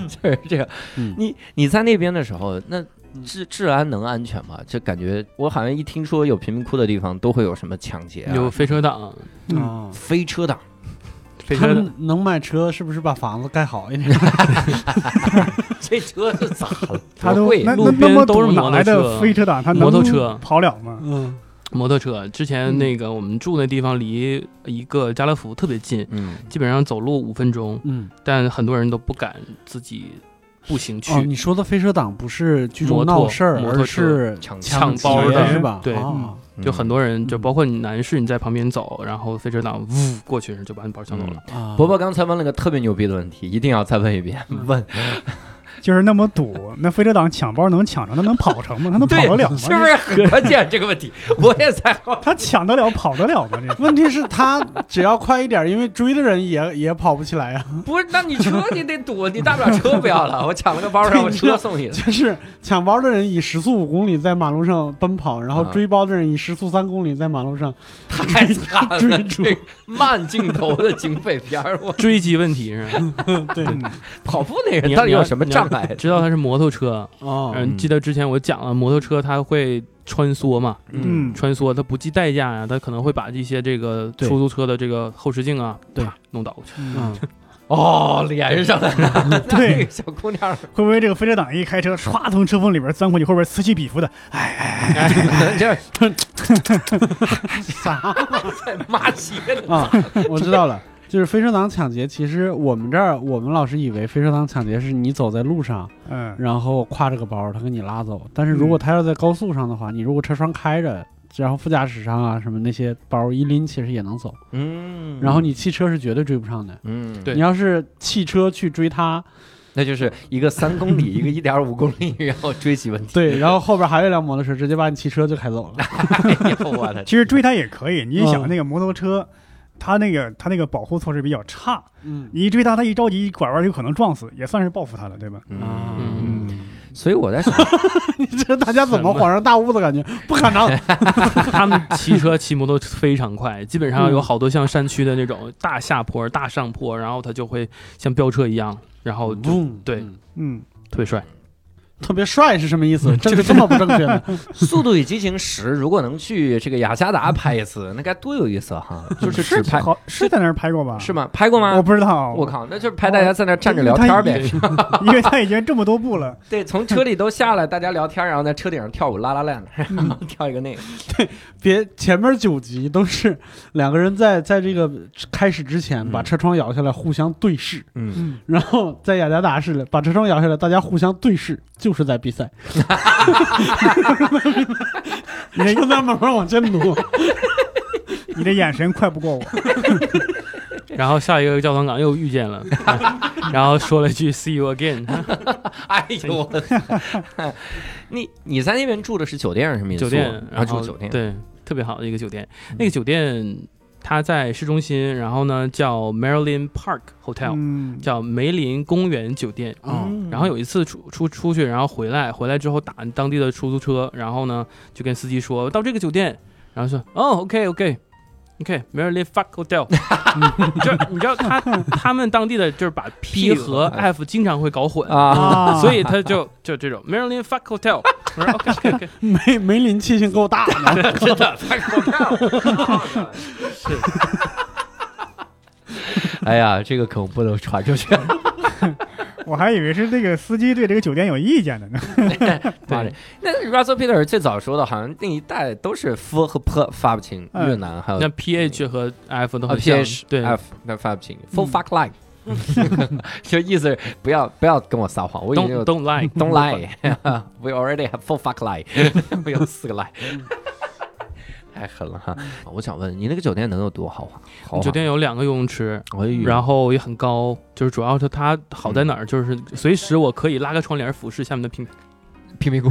就是这个。嗯你你在那边的时候，那嗯治治安能安全吗？就感觉我好像一听说有贫民窟的地方，都会有什么抢劫啊、有飞车党，嗯啊，飞车 党。飞他车 党们能买车，是不是把房子盖好一点？这车是咋 了？他多都贵啊那那路那么边都是堵哪摩托来的车飞车党？他摩托能车跑了吗？嗯摩托车。之前嗯那个我们住那地方离一个家乐福特别近，嗯，基本上走路五分钟，嗯。但很多人都不敢自己步行去哦，。你说的飞车党不是聚众摩托闹事儿，摩而托车是抢抢劫包的是吧？对哦就很多人，就嗯包括你男士，你在旁边走，然后飞车党呜过去就把你包抢走了。啊，嗯伯伯刚才问了个特别牛逼的问题，一定要再问一遍。嗯问 就是那么堵，那飞车党抢包能抢着，他能跑成吗？他能跑对得了 吗？是不是很关键？这个问题我也在好他抢得了，跑得了吗？这问题是他只要快一点，因为追的人也也跑不起来嗯啊。 不是，那你车你得堵， 你大不了车不要 了，我抢了个包，让我车送你了。就是抢包的人以时速五公里在马路上奔跑，然后啊追包的人以时速三公里在马路上。太惨了，追逐啊这慢镜头的警匪片儿，我 追击问题是吧， 对，嗯跑步那你人要到底有什么障你要碍？知道他是摩托车，哦，嗯，记得之前我讲了，摩托车它会穿梭嘛，嗯穿梭它不计代价呀、它可能会把这些这个对出租车的这个后视镜啊，对啪，弄倒过去。 嗯，哦，连上来 了，那个小姑娘，会不会这个飞车党一开车，唰从车缝里边钻过去，后边此起彼伏的，哎 这啥在骂街呢。啊？我知道了。就是飞车党抢劫，其实我们这儿我们老是以为飞车党抢劫是你走在路上，嗯，然后挎着个包，他给你拉走。但是如嗯果他要在高速上的话，你如果车窗开着，然后副驾驶上啊什么那些包一拎，其实也能走。嗯然后，你汽车是绝对追不上的。嗯，对你要是汽车去追他，那就是一个三公 里，一个一点五公里，然后追起问题。 对，然后后边还有一辆摩托车，直接把你汽车就开走了。哎 呀，我的其实追他也可以。你想嗯那个摩托车，他那个他那个保护措施比较差，嗯你一追他，他一着急一拐弯就可能撞死，也算是报复他了，对吧？天啊，嗯，所以我在想，你 这大家怎么恍然大悟的感觉？不可能，他们骑车骑摩托非常快，基本上有好多像山区的那种大下坡、大上坡，然后它就会像飙车一样，然后就嗯对嗯嗯，特别帅。特别帅是什么意思？这个这么不正确呢？ 《速度与激情十》如果能去这个雅加达拍一次，那该多有意思啊哈！ 就是只拍好哦是在那儿拍过吧？是？吗？拍过吗我？不知道，我靠，那就是拍大家在那站着聊天呗。因为他已经这么多步了，对，从车里都下来，大家聊天，然后在车顶上跳舞拉拉链，嗯然后跳一个那个。别前面九集都是两个人在在这个开始之前嗯把车窗摇下来互相对视，嗯，嗯，然后在雅加达似的把车窗摇下来，大家互相对视，就是在比 赛， 车在慢慢往前挪。你的眼神快不过我，然后下一个教堂岗又遇见了，然后说了一句 “see you again”。哎呦我的， 你你在那边住的是酒店是吗？酒店，然然后后啊住酒店。对，特别好的一个酒店。那个酒店它在市中心，然后呢叫 Maryland Park Hotel，、嗯，叫梅林公园酒店。哦啊，然后有一次出出出去，然后回来，回来之后打当地的出租车，然后呢就跟司机说到这个酒店，然后说哦，OK OK。OK, Maryland Fuck Hotel，就是你知道他他们当地的就 是把 P 和 F 经常会搞混，啊，啊， 所以他就就这种 Maryland Fuck Hotel，我说 OK OK OK，梅梅林气性够 大的，真的太搞笑了。 哎呀，这个梗不能传出去。我还以为是这个司机对这个酒店有意见的呢。 妈的，那 Russell Peter 最早说的，好像那一代都是 f 和 p 发不清，嗯越南还有那 PH 和 F 都啊很像 PH 对 f 那发不清，full fuck line，就意思是不要不要跟我撒谎，我已经有，Don't Don't Lie， Don't lie，we already have full fuck lie，我 有四个 lie，太狠了哈！我想问你那个酒店能有多豪华？豪华酒，店有两个游泳池，哎嗯呦，然后也很高，就是主要是它好在哪儿，就是嗯随时我可以拉开窗帘俯视下面的平台。贫民窟，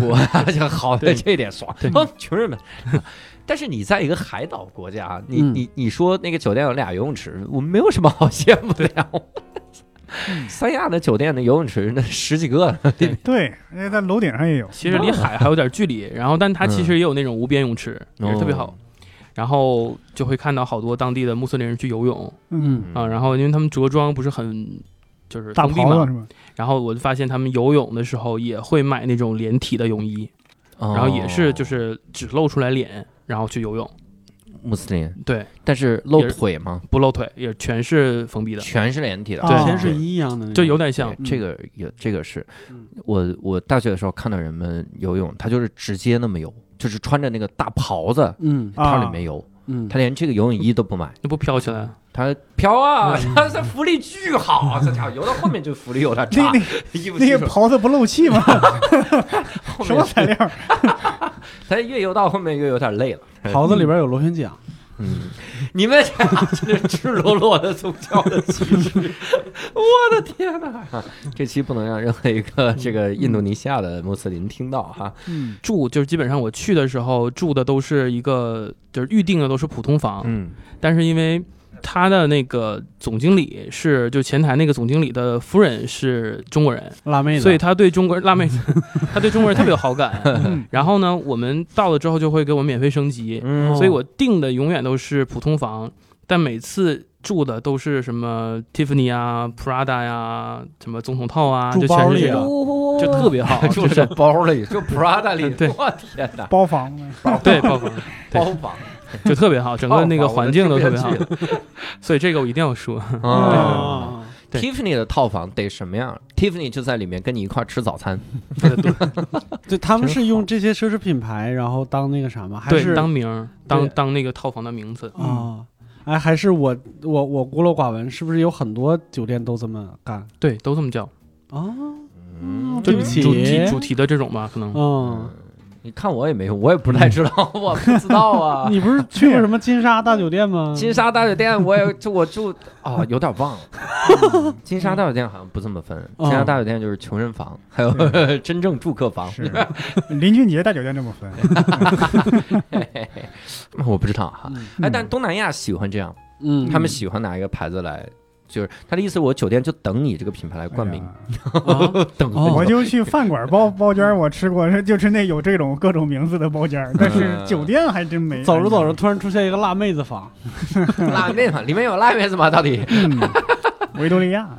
就 好的对这一点爽，啊，穷人们。 但是你在一个海岛国家啊，你嗯你你说那个酒店有俩游泳池，我没有什么好羡慕的呀。嗯三亚的酒店的游泳池那十几个，对，那在楼顶上也有。其实离海还有点距离，然后但它嗯其实也有那种无边泳池，也是特别哦好。然后就会看到好多当地的穆斯林人去游泳嗯，啊，然后因为他们着装不是很就是大封闭袍子是，嘛吧？然后我就发现他们游泳的时候也会买那种连体的泳衣，然哦然后也是就是只露出来脸，然后去游泳，哦穆斯林，对，但是露也是腿吗？不露腿，也全是封闭的，全是连体的，对全是一样的那种，就有点像对这个有这个是嗯我我大学的时候看到人们游泳，他就是直接那么游，就是穿着那个大袍子嗯啊套里面游，嗯，他连这个游泳衣都不买。那不飘起来，他飘啊， 他他浮力巨好，这家伙游到后面就浮力有点那 差，那衣服那系个手袍子不漏气吗？后什么面，材料？他越游到后面越有点累了。袍子里边有螺旋桨，嗯，你们这样真是赤裸裸的宗教的歧视， 我的天哪！这期不能让任何一个这个印度尼西亚的穆斯林听到哈。嗯住就是基本上我去的时候住的都是一个就是预定的都是普通房，嗯但是因为他的那个总经理是就前台那个总经理的夫人是中国人，辣妹子，所以他对中国人辣妹子，他对中国人特别有好感。嗯然后呢，我们到了之后就会给我们免费升级，嗯所以我订的永远都是普通房，但每次。住的都是什么 Tiffany 啊、Prada 呀、什么总统套啊，住就包全是里这啊种，就特别 好，住就是 在包里，就 Prada 里， 对我天哪，包房呗。对包房包房， 就特别哦好，整个那个环境都特别好套，房 所以这个我一定要说。我都听不下去了。哦嗯对 Tiffany 的套房得什么样？Tiffany 就在里面跟你一块儿吃早餐。对，他们真是用这些奢侈品牌，然后当那个啥吗？还对，是当名儿，当对当那个套房的名字，啊？哎，还是我我我孤陋寡闻，是不是有很多酒店都这么干对，都这么叫。啊？嗯对不起主题主题的这种吧，可能嗯，你看我也没用，我也不太知道， 我不知道 啊。你不是去过什么金沙大酒店吗？金沙大酒店，我也就我住哦，有点忘了。嗯金沙大酒店好像不这么分，哦金沙大酒店就是穷人房，还有 真正住客 房。是林俊杰大酒店这么分， 我不知道哈。嗯哎，但东南亚喜欢这样，嗯，他们喜欢拿一个牌子来，就是他的意思，我酒店就等你这个品牌来冠名哎，呀啊 等哦我就去饭馆包包间儿，我吃过， 是就是那有这种各种名字的包间儿，但是酒店还真没。嗯走着走着，突然出现一个辣妹子房，辣妹嘛，里面有辣妹子吗？到底？嗯，维多利亚，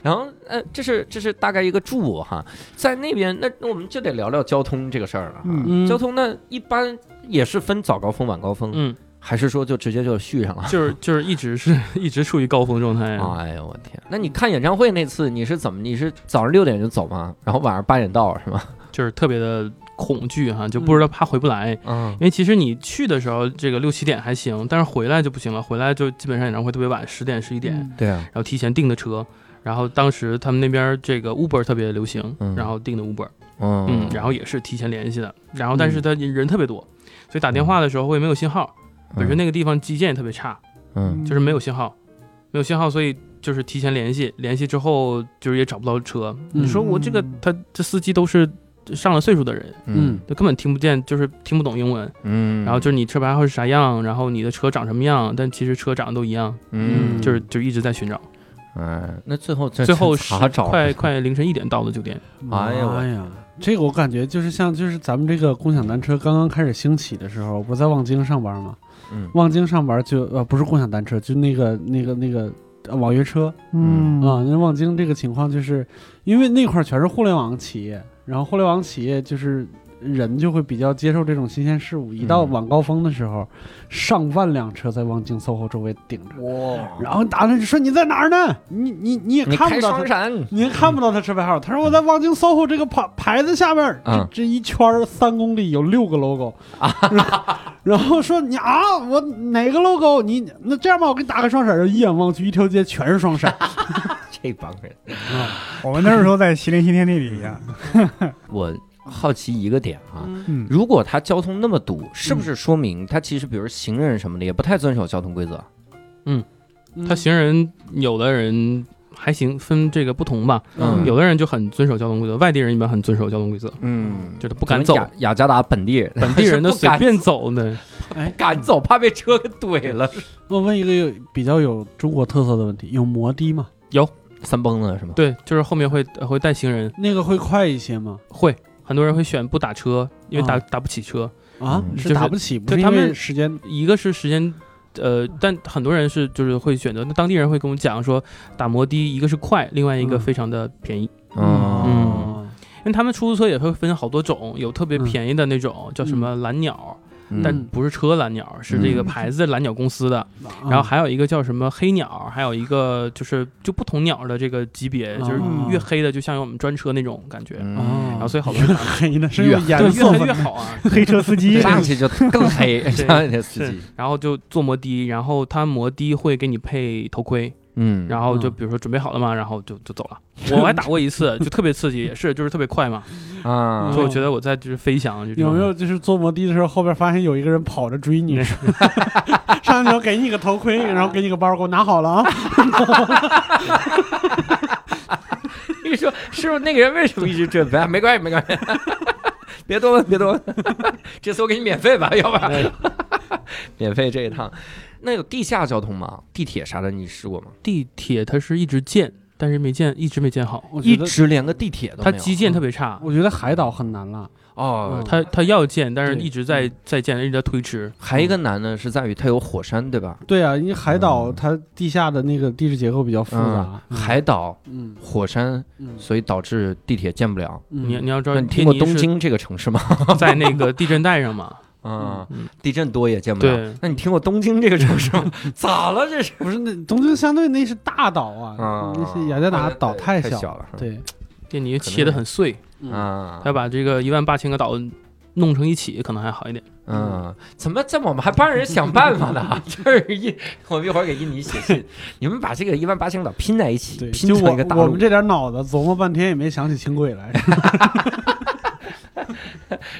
然后呃，这是这是大概一个住哈，在那边那那我们就得聊聊交通这个事儿了哈。嗯嗯交通那一般也是分早高峰、晚高峰，嗯，还是说就直接就续上了？就是就是一直是 一直处于高峰状态。啊啊哎呦我天！那你看演唱会那次你是怎么？你是早上六点就走吗？然后晚上八点到是吗？就是特别的恐惧哈，就不知道怕回不来。嗯因为其实你去的时候，这个六七点还行，但是回来就不行了。回来就基本上演唱会特别晚，十点十一点，嗯对啊，然后提前订的车。然后当时他们那边这个 Uber 特别流行，嗯然后订的 Uber，嗯嗯，然后也是提前联系的。然后但是他人特别多，所以打电话的时候会没有信号。本身那个地方基建也特别差，嗯就是没有信号，没有信号，所以就是提前联系，联系之后就是也找不到车。嗯你说我这个他这司机都是上了岁数的人，嗯他根本听不见，就是听不懂英文。嗯，然后就是你车牌号是啥样，然后你的车长什么样，但其实车长得都一样，嗯嗯就是就一直在寻找。哎，那最后这最后这是咋找？快快凌晨一点到的酒店，哎呀我妈呀！这个我感觉就是像就是咱们这个共享单车刚刚开始兴起的时候，我不是在望京上班吗？嗯望京上班就呃不是共享单车，就那个那个那个、呃网约车嗯啊。那望京这个情况就是因为那块儿全是互联网企业，然后互联网企业就是人就会比较接受这种新鲜事物。一到晚高峰的时候，上万辆车在望京 SOHO 周围顶着，哇，然后打那说你在哪儿呢？你你你也你看不开到他双，闪，你也看不到他车牌号。他说我在望京 SOHO 这个牌牌子下面，这嗯这一圈儿三公里有六个 logo 啊，然后说你啊，我哪个 logo？你那这样吧，我给你打个双闪，然后一眼望去，一条街全是双 闪。这帮人，我们那时候在吉林新天地里一样，我好奇一个点啊，嗯嗯，如果它交通那么堵，是不是说明它其实比如行人什么的也不太遵守交通规则？他行人有的人还行，分这个不同吧。嗯有的人就很遵守交通规则，外地人一般很遵守交通规则，嗯，就是不敢走，雅雅加达本地 人，本地人都是不随敢便走的。敢走，怕被车给怼了，哎我问一个有比较有中国特色的问题，有摩的吗？三蹦子是吗？对，就是后面会呃会带行人，那个会快一些吗？会很多人会选不打车，因为打、啊打不起车。啊，嗯就是是打不起，不对是他因们为时间一个是时间，呃，但很多人是就是会选择，那当地人会跟我们讲说打摩的，一个是快，另外一个嗯非常的便宜，嗯，哦因为他们出租车也会分好多种，有特别便宜的那种、叫什么蓝鸟，嗯但不是车蓝鸟，是这个牌子蓝鸟公司的，啊然嗯后还有一个叫什么黑鸟，还有一个就是就不同鸟的这个级别，就是啊越黑的就像我们专车那种感觉，嗯，哦然 后所以好多越 黑呢，是用越对颜越色黑越分的好 啊。黑车司机对上去就更 黑，对上去的司是机，，然后就坐摩的，然后他摩的会给你配头盔，嗯，然后就嗯比如说准备好了嘛，然后就就走 了。我还打过一次，就特别刺激，也是就是特别快嘛，后啊所以，我觉得我在就是飞翔，啊就这有种没有就是坐摩的的时候，后边发现有一个人跑着追你， 上去给你个头盔，然后给你个包，给我拿好了啊！ 你说师傅那个人为什么一直这样？ 没关系，没关系，别多问，别多问， 这次我给你免费吧，要不然 免费这一趟。那有地下交通吗？地铁啥的你试过吗？地铁它是一直建，但是没建，一直没建好， 我觉一得，直连个地铁都没它有。嗯基建特别差。我觉得海岛很难了。哦嗯，它它要建，但是对一直嗯在在建，一直在推迟。还有一个难的是在于它有火山，对吧？对啊，因为海岛嗯它地下的那个地质结构比较复杂，嗯，海岛、嗯火山，嗯所以导致地铁建不了。嗯，你你要知道，那你听过印尼东是京这个城市吗？ 在那个地震带上嘛？啊嗯，地震多也建不了对。嗯那你听过东京这个城市吗？ 咋了这是？不是那东京相对那是大岛啊啊，，那是雅加达啊岛对太太小了，了。对，印尼切得很碎，嗯啊，它把这个一万八千个岛弄成一起，可能还好一点。嗯，怎么这么我们还帮人想办法 呢？ 这是印，我们一会儿给印尼写信，你们把这个一万八千岛拼在一起，对，拼就成我一个大我陆们。这点脑子琢磨半天也没想起轻轨 来。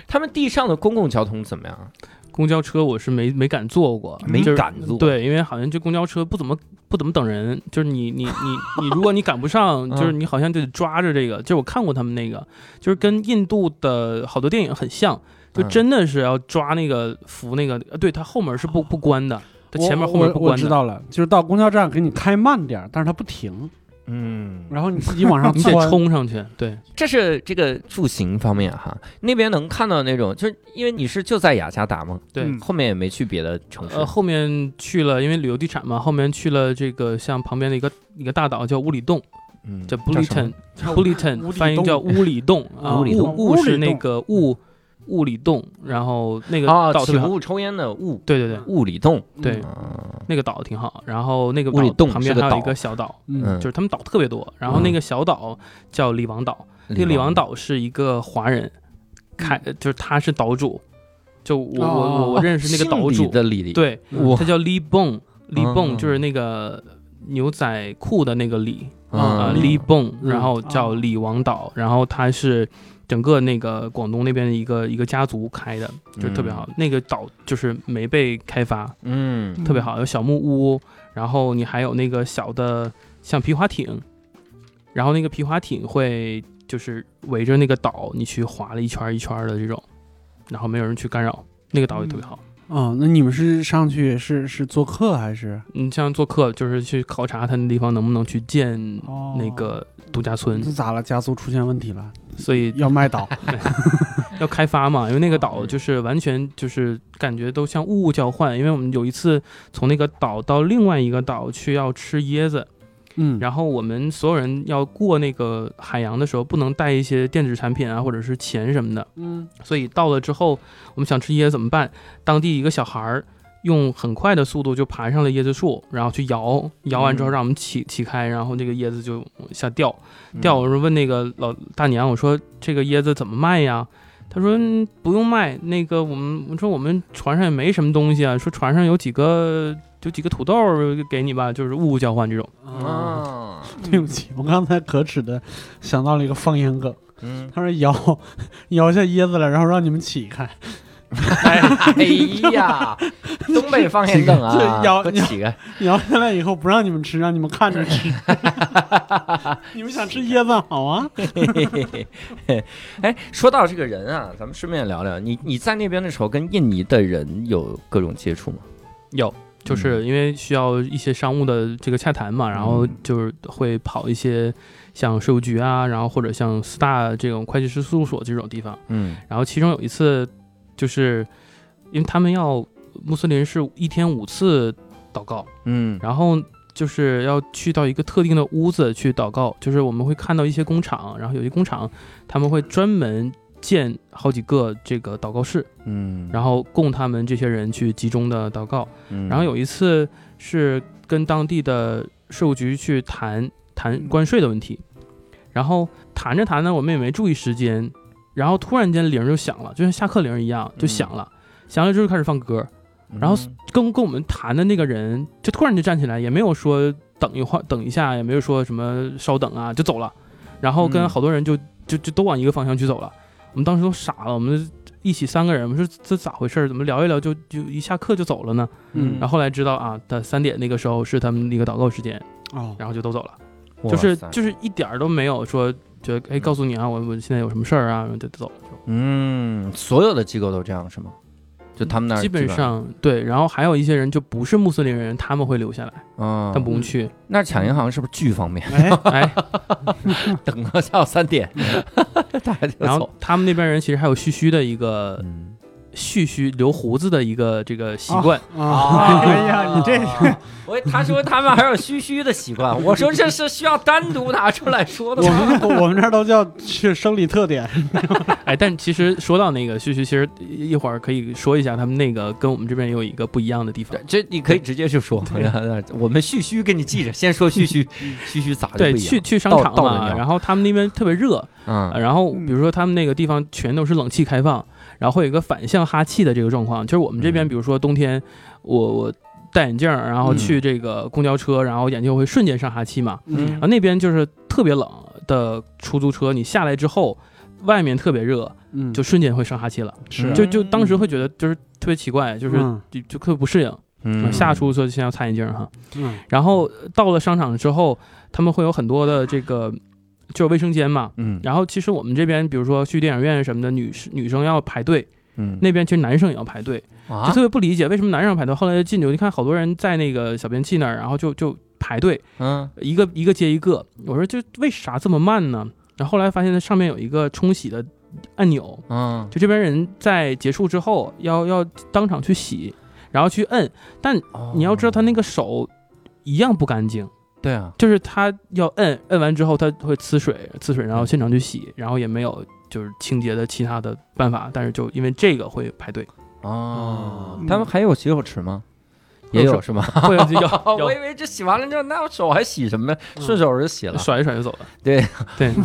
他们地上的公共交通怎么样？公交车我是没没敢坐过，没就是敢坐对，因为好像这公交车不怎么不怎么等人，就是你你你你，如果你赶不上，嗯就是你好像就得抓着这个。就是我看过他们那个，就是跟印度的好多电影很像，就嗯真的是要抓那个扶那个，呃对，它后门是不不关的，它前面哦我后门不我我关知的。道了，就是到公交站给你开慢点儿，但是它不停，嗯，然 后你自己往上你得窜。冲上去，对，这是这个住行方面哈，那边能看到那种，就是因为你是就在雅加达嘛，对嗯后面也没去别的城市。呃，后面去了，因为旅游地产嘛，后面去了这个像旁边的一个一个大岛叫乌里洞，嗯，叫叫什么 Bulletin Bulletin，乌里翻译洞叫乌里 洞啊，乌里洞雾乌里是那洞个雾雾里洞，然后那个啊，岛特起别好，雾抽烟的雾，对对对雾里洞。对，啊那个岛挺好，然后那个乌里岛洞旁是边个还有一岛个小岛，嗯就，是他们岛特别多，然后那个小岛叫李王岛，那个李王岛是一个华人开，就是他是岛主，就我我我哦我认识那个岛姓李主，的李李，，对，我他叫李蹦，李蹦嗯就是那个牛仔裤的那个李，啊，啊，李蹦，嗯然后叫哦李王岛，然后他是整个那个广东那边的一个一个家族开的，就是特别好。那个岛就是没被开发，嗯，特别好，有小木屋，然后你还有那个小的像皮划艇，然后那个皮划艇会就是围着那个岛你去划了一圈儿一圈儿的这种，然后没有人去干扰，那个岛也特别好。哦，那你们是上去是是做客还是？你像做客就是去考察它那地方能不能去建哦那个度假村，这咋了？加速出现问题了，所以要 卖岛。要开发嘛，因为那个岛就是完全就是感觉都像物物交换，因为我们有一次从那个岛到另外一个岛去要吃椰子，嗯，然后我们所有人要过那个海洋的时候，不能带一些电子产品啊，或者是钱什么的。嗯所以到了之后，我们想吃椰子怎么办？当地一个小孩儿用很快的速度就爬上了椰子树，然后去摇，摇完之后让我们起起开，然后这个椰子就下掉。嗯掉，我说问那个老大娘，我说这个椰子怎么卖呀？他说、嗯不用卖，那个我们我说我们船上也没什么东西啊，说船上有几个有几个土豆儿给你吧，就是物物交换这种。啊，啊，对不起，我刚才可耻的想到了一个方言梗，嗯，他说摇摇下椰子了，然后让你们起开，哎 呀，东北方言梗这啊，摇给我起个，摇下来以后不让你们吃，让你们看着 吃。你们想吃椰子好啊？嘿嘿嘿嘿哎，说到这个人啊，咱们顺便聊聊，你你在那边的时候跟印尼的人有各种接触吗？有，嗯就是因为需要一些商务的这个洽谈嘛，然后就是会跑一些像税务局啊，然后或者像四大这种会计师事务所这种地方。嗯然后其中有一次，就是因为他们要穆斯林是一天五次祷告，嗯然后就是要去到一个特定的屋子去祷告，就是我们会看到一些工厂，然后有些工厂他们会专门建好几个这个祷告室，嗯然后供他们这些人去集中的祷告。嗯然后有一次是跟当地的税务局去谈谈嗯关税的问题，然后谈着谈着我们也没注意时间，然后突然间铃儿就响了，就像下课铃儿一样就响嗯了，响了之后就开始放歌，然后跟跟我们谈的那个人就突然就站起来，也没有说等一会儿等一下，也没有说什么稍等啊，就走了，然后跟嗯好多人就、就就都往一个方向去走了，我们当时都傻了，我们一起三个人，我们说这这咋回事儿？怎么聊一聊就就一下课就走了呢？嗯然后后来知道啊，他三点那个时候是他们那个祷告时间，哦，然后就都走了，就是就是一点儿都没有说觉得哎，告诉你啊，我我现在有什么事儿啊，然后就走了。嗯，所有的机构都这样是吗？就他们那儿基本上对，然后还有一些人就不是穆斯林人，他们会留下来，啊，但不用去。那抢银行是不是巨方便？ 哎，哎，等到下午三点， 大家就然后走。他们那边人其实还有蓄须的一个嗯蓄须留胡子的一个这个习惯，啊，哎呀你这哦我他说他们还有嘘嘘的习 惯，我说这是需要单独拿出来说的我吗？们我们这儿都叫是生理特 点，哎，但其实说到那个蓄须，其实一会儿可以说一下他们那个跟我们这边有一个不一样的地方。这你可以直接就说，我们嘘嘘给你记着，先说嘘 嘘，嘘嘘咋就对，不一去样？去商到场到了嘛，聊然后他们那边特别热，嗯呃然后嗯比如说他们那个地方全都是冷气开放，然后会有一个反向哈气的这个状况。就是我们这边，嗯比如说冬天，我我戴眼镜儿，然后去这个公交车，然后眼睛会瞬间上哈气嘛。嗯然后那边就是特别冷的出租车，你下来之后，外面特别热，嗯，就瞬间会上哈气了。嗯就就当时会觉得就是特别奇怪，就是嗯就就特别不适应。嗯下出租车先要擦眼镜儿哈。嗯然后呃到了商场之后，他们会有很多的这个就是卫生间嘛。嗯然后其实我们这边，比如说去电影院什么的，女士女生要排队，嗯那边其实男生也要排队，就啊特别不理解为什么男生要排队。后来就进去，我就看好多人在那个小便器那儿，然后就就排队，嗯一个一个接一个。我说这为啥这么慢呢？然后后来发现它上面有一个冲洗的按钮，嗯就这边人在结束之后要要当场去洗，然后去摁。但你要知道他那个手一样不干净。哦对啊就是他要摁摁完之后，他会呲水，呲水，然后现场去洗，然后也没有就是清洁的其他的办法，但是就因为这个会排 队，哦嗯，他们还有洗手池吗？也有是吗？哦会嗯有要 我以要为这洗完了之后，那我手还洗什么呀？顺手就洗了。甩一甩就走了。对对嗯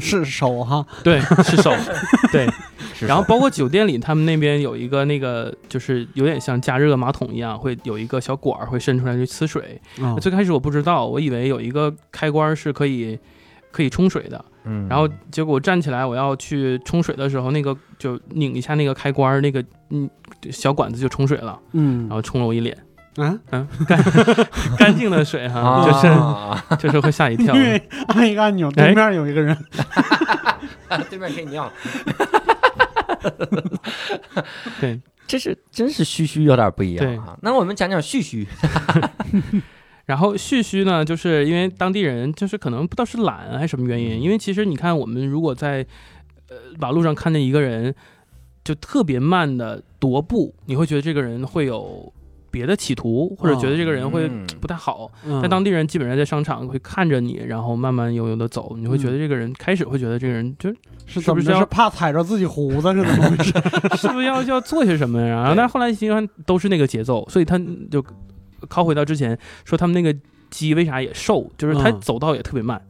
是手哈， 对，是 手。对，是然后包括酒店里，他们那边有一个那个就是有点像加热马桶一样，会有一个小管儿会伸出来去呲水。哦啊最开始我不知道，我以为有一个开关是可以可以冲水的，嗯然后结果我站起来，我要去冲水的时候，那个就拧一下那个开关儿，那个嗯小管子就冲水了，嗯然后冲了我 一脸啊，干净的水哈、啊就是 就是会吓一因跳。为按一个按钮，对面有一个人，对面可以尿。对，这是真是嘘嘘有点不一对样啊。那我们讲讲嘘嘘，然后蓄须呢，就是因为当地人就是可能不知道是懒啊还是什么原嗯因，因为其实你看我们如果在呃马路上看见一个人就特别慢的踱步，你会觉得这个人会有。别的企图，或者觉得这个人会嗯不太好。嗯但当地人基本上在商场会看着你，然后慢慢悠悠的走，你会觉得这个人、开始会觉得这个人就是是是怎不么是着？要是怕踩着自己胡子是 怎么回事？是不是要要做些什么呀？然后，但是后来其实都是那个节奏，所以他就靠回到之前说他们那个鸡为啥也瘦，就是它嗯走道也特别慢，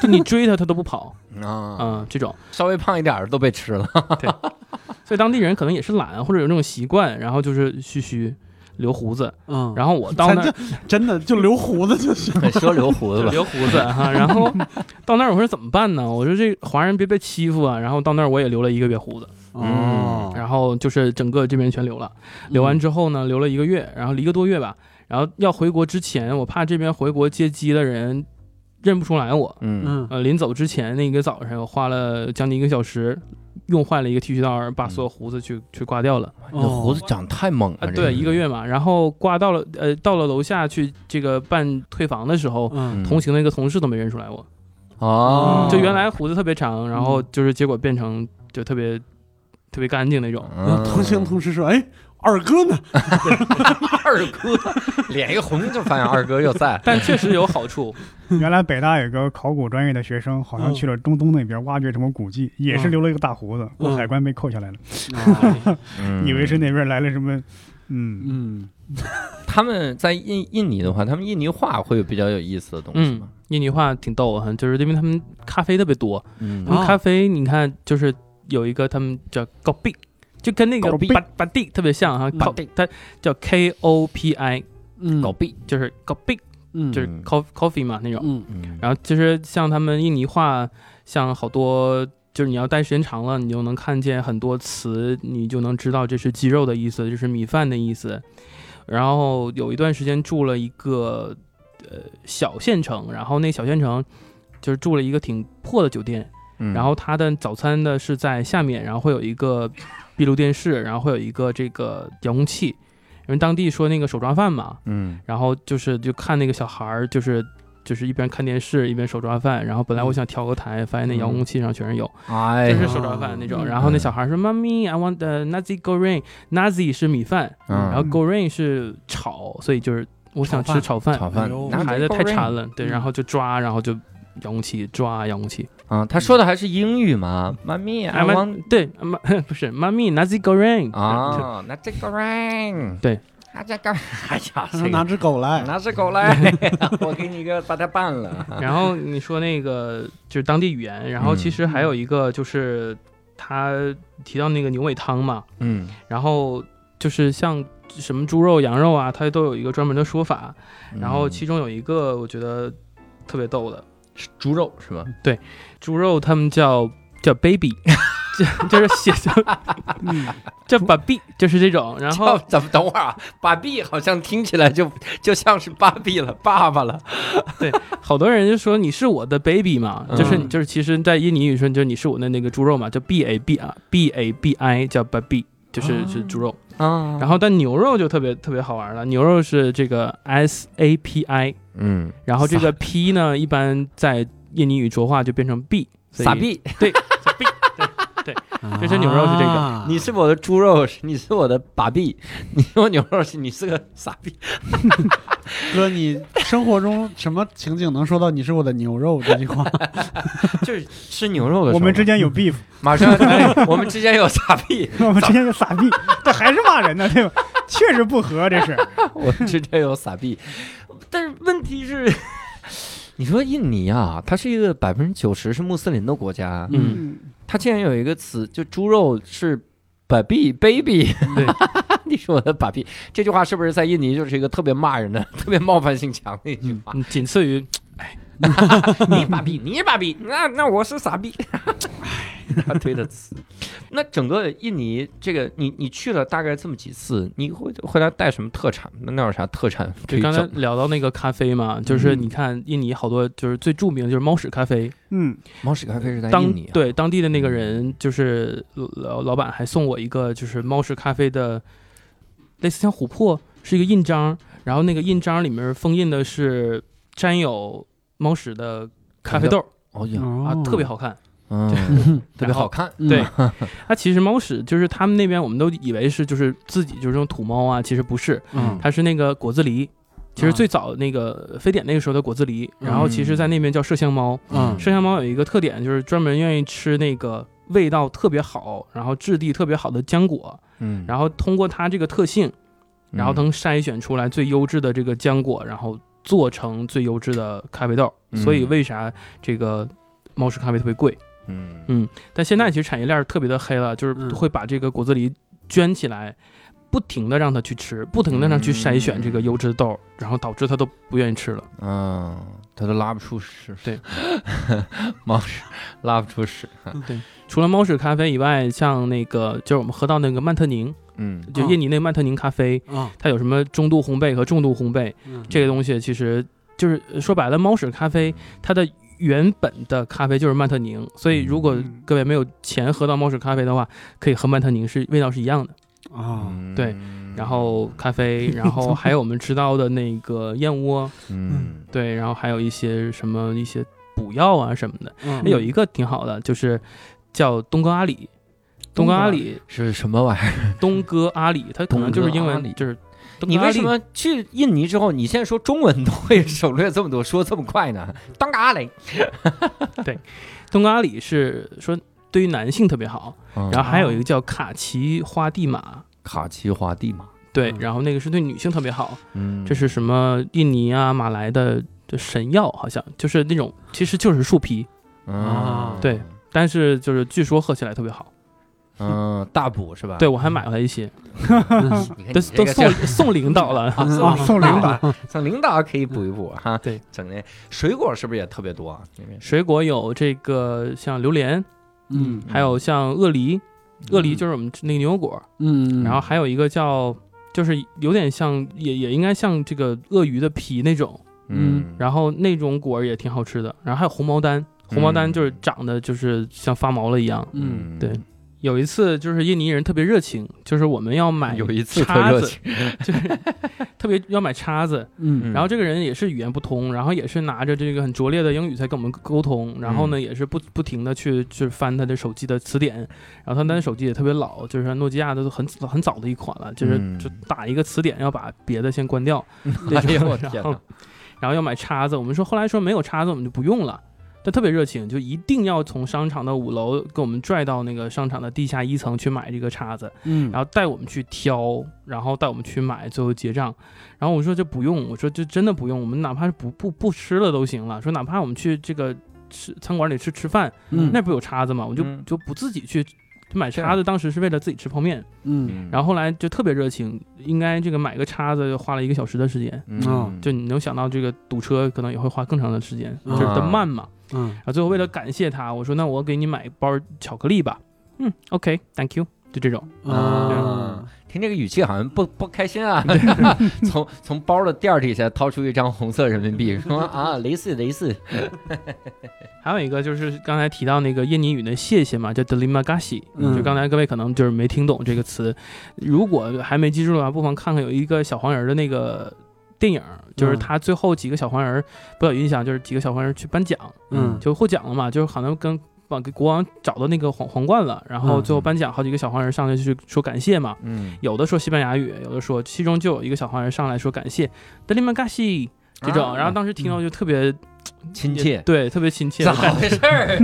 就你追它它都不跑，啊，嗯，这种。稍微胖一点儿都被 吃了。所以当地人可能也是懒，啊或者有那种习惯，然后就是须须留胡子。嗯，然后我到那咱儿就真的就留胡子就行。说留胡子就 吧，留胡子哈，然后到那儿我说怎么办呢？我说这华人别被欺负啊。然后到那儿我也留了一个月胡子，嗯哦然后就是整个这边全留了。留嗯完之后呢，留了一个月，然后一个多月吧。然后要回国之前，我怕这边回国接机的人认不出来我。嗯嗯，呃，临走之前那个早上，我花了将近一个小时，用坏了一个剃须刀，把所有胡子去、去刮掉了。哦那胡子长太猛啊、了，对，一个月嘛。然后刮到了，呃，到了楼下去这个办退房的时候，嗯同行的一个同事都没认出来我。哦，就原来胡子特别长，然后就是结果变成就特别特别干净那种。 嗯，同行同事说：“哎，二哥呢？二哥 脸一红就发现二哥又在，但确实有好处， 原来北大有个考古专业的学生，好嗯像去了中东那边挖掘什么古迹，也是留了一个大胡子，嗯过海关被扣下来了，嗯以为是那边来了什么，嗯， 嗯，他们在印印尼的话，他们印尼话会有比较有意思的东西嗯吗？，印尼话挺逗啊，就是因为他们咖啡特别多，嗯他们啊咖啡你看就是有一个他们叫 kopi，就跟那个狗屁巴巴蒂特别像哈，嗯靠它叫 K O P I，嗯狗币，就是 kopi，嗯就是嗯 coffee coffee 嘛那种。嗯嗯然后其实像他们印尼话，像好多就是你要待时间长了，你就能看见很多词，你就能知道这是鸡肉的意思，这是米饭的意思。然后有一段时间住了一个呃小县城，然后那小县城就是住了一个挺破的酒店，嗯然后它的早餐呢是在下面，然后会有一个闭路电视，然后会有一个这个遥控器，因为当地说那个手抓饭嘛，嗯然后就是就看那个小孩儿，就是就是一边看电视一边手抓饭。然后本来我想调个台，发现那遥控器上全是有，嗯哎就呀是手抓饭那种。嗯然后那小孩儿说：“妈咪，I want the nazi goreng，nazi 是米饭，嗯然后 goreng 是炒，所以就是我想吃炒饭。炒饭哎呦，拿孩子太馋了，对，嗯然后就抓，然后就遥控器抓遥控器。啊！他说的还是英语吗？妈咪，I I want want 对，妈 不是妈咪，nazi goreng 就啊， 拿这个来， 对，拿这个，哎呀，这拿个只狗来，拿只狗来， 我给你一个把它办了。然后你说那个就是当地语言，然后嗯其实还有一个就是他提到那个牛尾汤嘛， 嗯然后就是像什么猪肉、羊肉啊，它都有一个专门的说法。嗯然后其中有一个我觉得特别逗的，是猪肉是吧？猪肉他们叫叫 baby，就 就是写叫嗯 叫 baby，就是这种。然后叫怎么等会儿啊？爸比好像听起来就就像是爸比了，爸爸了。好多人就说你是我的 baby 嘛，嗯就是就是其实，在印尼语说就是你是我的那个猪肉嘛，叫 b a b 啊 b a b i 叫 baby，就是是猪肉。啊然后但牛肉就特别特别好玩了，牛肉是这个 S A P I，嗯，然后这 个 P 呢，一般在印尼语浊化就变成 B，所以傻，逼，傻逼，这身牛肉是这个啊你是我的猪肉，你是我的爸比，你是我牛肉，你是个傻逼。哥，你生活中什么情景能说到你是我的牛肉这 句话？ 就是吃牛肉的时候，我们之间嗯有 beef，马上，哎我们之间有傻逼，我们之间有傻逼，这还是骂人呢，对吧？ 确实不合，这是。 我们之间有傻逼。但是问题是， 你说印尼啊，它是一个百分之九十是穆斯林的国家，嗯，它竟然有一个词，就猪肉是 baby baby，对， 你说我的 baby 这句话是不是在印尼就是一个特别骂人的、 特别冒犯性强的一句话？嗯仅次于嗯你 baby，你 baby，那那我是傻逼， 他推的词。那整个印尼这个，你你去了大概这么几次，你会回来带什么特产？那那有啥特产可就以刚才整？聊到那个咖啡嘛，就是嗯你看印尼好多就是最著名的就是猫屎咖啡，嗯，猫屎咖啡是在当印尼、啊，嗯对当地的那个人就是老老板还送我一个就是猫屎咖啡的类似像琥珀是一个印章，然后那个印章里面封印的是沾有猫屎的咖啡豆哦呀，啊，特别哦好。好看。嗯，特别好哦看，嗯对，它其实猫屎就是他们那边我们都以为是就是自己就是这种土猫啊，其实不是，嗯啊它是那个果子狸。其实最早那个非典那个时候的果子狸，然后其实在那边叫麝香猫。嗯麝香猫有一个特点，就是专门愿意吃那个味道特别好，然后质地特别好的浆果，嗯，然后通过它这个特性，嗯然后能筛选出来最优质的这个浆果，然后做成最优质的咖啡豆。嗯所以为啥这个猫屎咖啡特别贵？嗯嗯但现在其实产业链儿特别的黑了，就是嗯会把这个果子狸圈起来，不停的让它去吃，不停的让它去筛选这个优质的豆儿，然后导致它都不愿意吃了。嗯，他都拉不出屎，对， 猫屎拉不出屎，嗯对，除了猫屎咖啡以外，像那个就是我们喝到那个曼特宁，嗯就印尼那个曼特宁咖啡，啊，它有什么中度烘焙和重度烘焙嗯嗯这个东西，其实就是说白了，猫屎咖啡它的。原本的咖啡就是曼特宁，所以如果嗯各位没有钱喝到猫屎咖啡的话，可以喝曼特宁，是味道是一样的。啊，嗯对，然后咖啡，然后还有我们知道的那个燕窝，嗯对，然后还有一些什么一些补药啊什么的。嗯有一个挺好的，就是叫东哥阿里，东哥阿里，是什么玩意儿？东哥阿里，它可能就是英东哥阿里文就是东你哥阿为里。什么去印尼之后，你现在说中文都会省略这么多，说这么快呢？当个阿雷，东哥阿里是说对于男性特别好，然然后还有一个叫卡其花地玛。嗯卡其花地嘛，对嗯，然后那个是对女性特别好，嗯这是什么印尼啊、马来的这神药，好像就是那种，其实就是树皮，啊，对，但是就是据说喝起来特别好。嗯，大补是吧？对，我还买回来一些，你嗯哎看你都这都个 送啊送领导了。啊，送领领导啊，送领导可以补一补哈。嗯对，整那水果是不是也特别多啊？那边 水果有这个像榴莲，嗯还有像鳄梨，鳄嗯梨就是我们吃那个牛油果，嗯，然后还有一个叫。就是有点像，也也应该像这个鳄鱼的皮那种，嗯，然后那种果儿也挺好吃的。然后还有红毛丹，红毛嗯丹就是长得就是像发毛了一样。嗯对有一次就是印尼人特别热情，就是我们要买有一次特叉热子，情， 就是特别要买叉子，嗯嗯然后这个人也是语言不通，然后也是拿着这个很拙劣的英语在跟我们沟通，然后呢嗯也是不不停的去去翻他的手机的词典，然后他那手机也特别老，就是诺基亚的都很很早的一款了，就是嗯就打一个词典要把别的先 关掉，那 哎呦种我天哪然后！ 然后要买叉子，我们说后来说没有叉子我们就不用了。他特别热情，就一定要从商场的五楼给我们拽到那个商场的地下一层去买这个叉子，嗯，然后带我们去挑，然后带我们去买，最后结账。然后我说这不用，我说这真的不用，我们哪怕是不不不吃了都行了。说哪怕我们去这个吃餐馆里吃吃饭，嗯那不有叉子吗？我就、嗯就不自己去买这叉子，当时是为了自己吃泡面。嗯然后后来就特别热情，应该这个买个叉子花了一个小时的时间。嗯，就你能想到这个堵车可能也会花更长的时间，就是它啊慢嘛。嗯然后最后为了感谢他，我说那我给你买一包巧克力吧。嗯，OK，Thank、you，就这种。嗯啊，听这个语气好像不不开心啊。从从包的垫儿底下掏出一张红色人民币，说啊，雷四雷四，还有一个就是刚才提到那个印尼语的谢谢嘛，叫 delimagashi，、嗯就刚才各位可能就是没听懂这个词，如果还没记住的话，不妨看看有一个小黄人儿的那个电影，就是他最后几个小黄人儿，不要有印象，就是几个小黄人儿去颁奖，嗯就获奖了嘛，就是好像跟把给国王找到那个皇皇冠了，然后嗯最后颁奖，好几个小黄人上来去说感谢嘛，嗯，有的说西班牙语，有的说，其中就有一个小黄人上来说感谢 delimagashi 这种，啊然后当时听到就特别亲切，对，特别 亲切咋，回事儿？。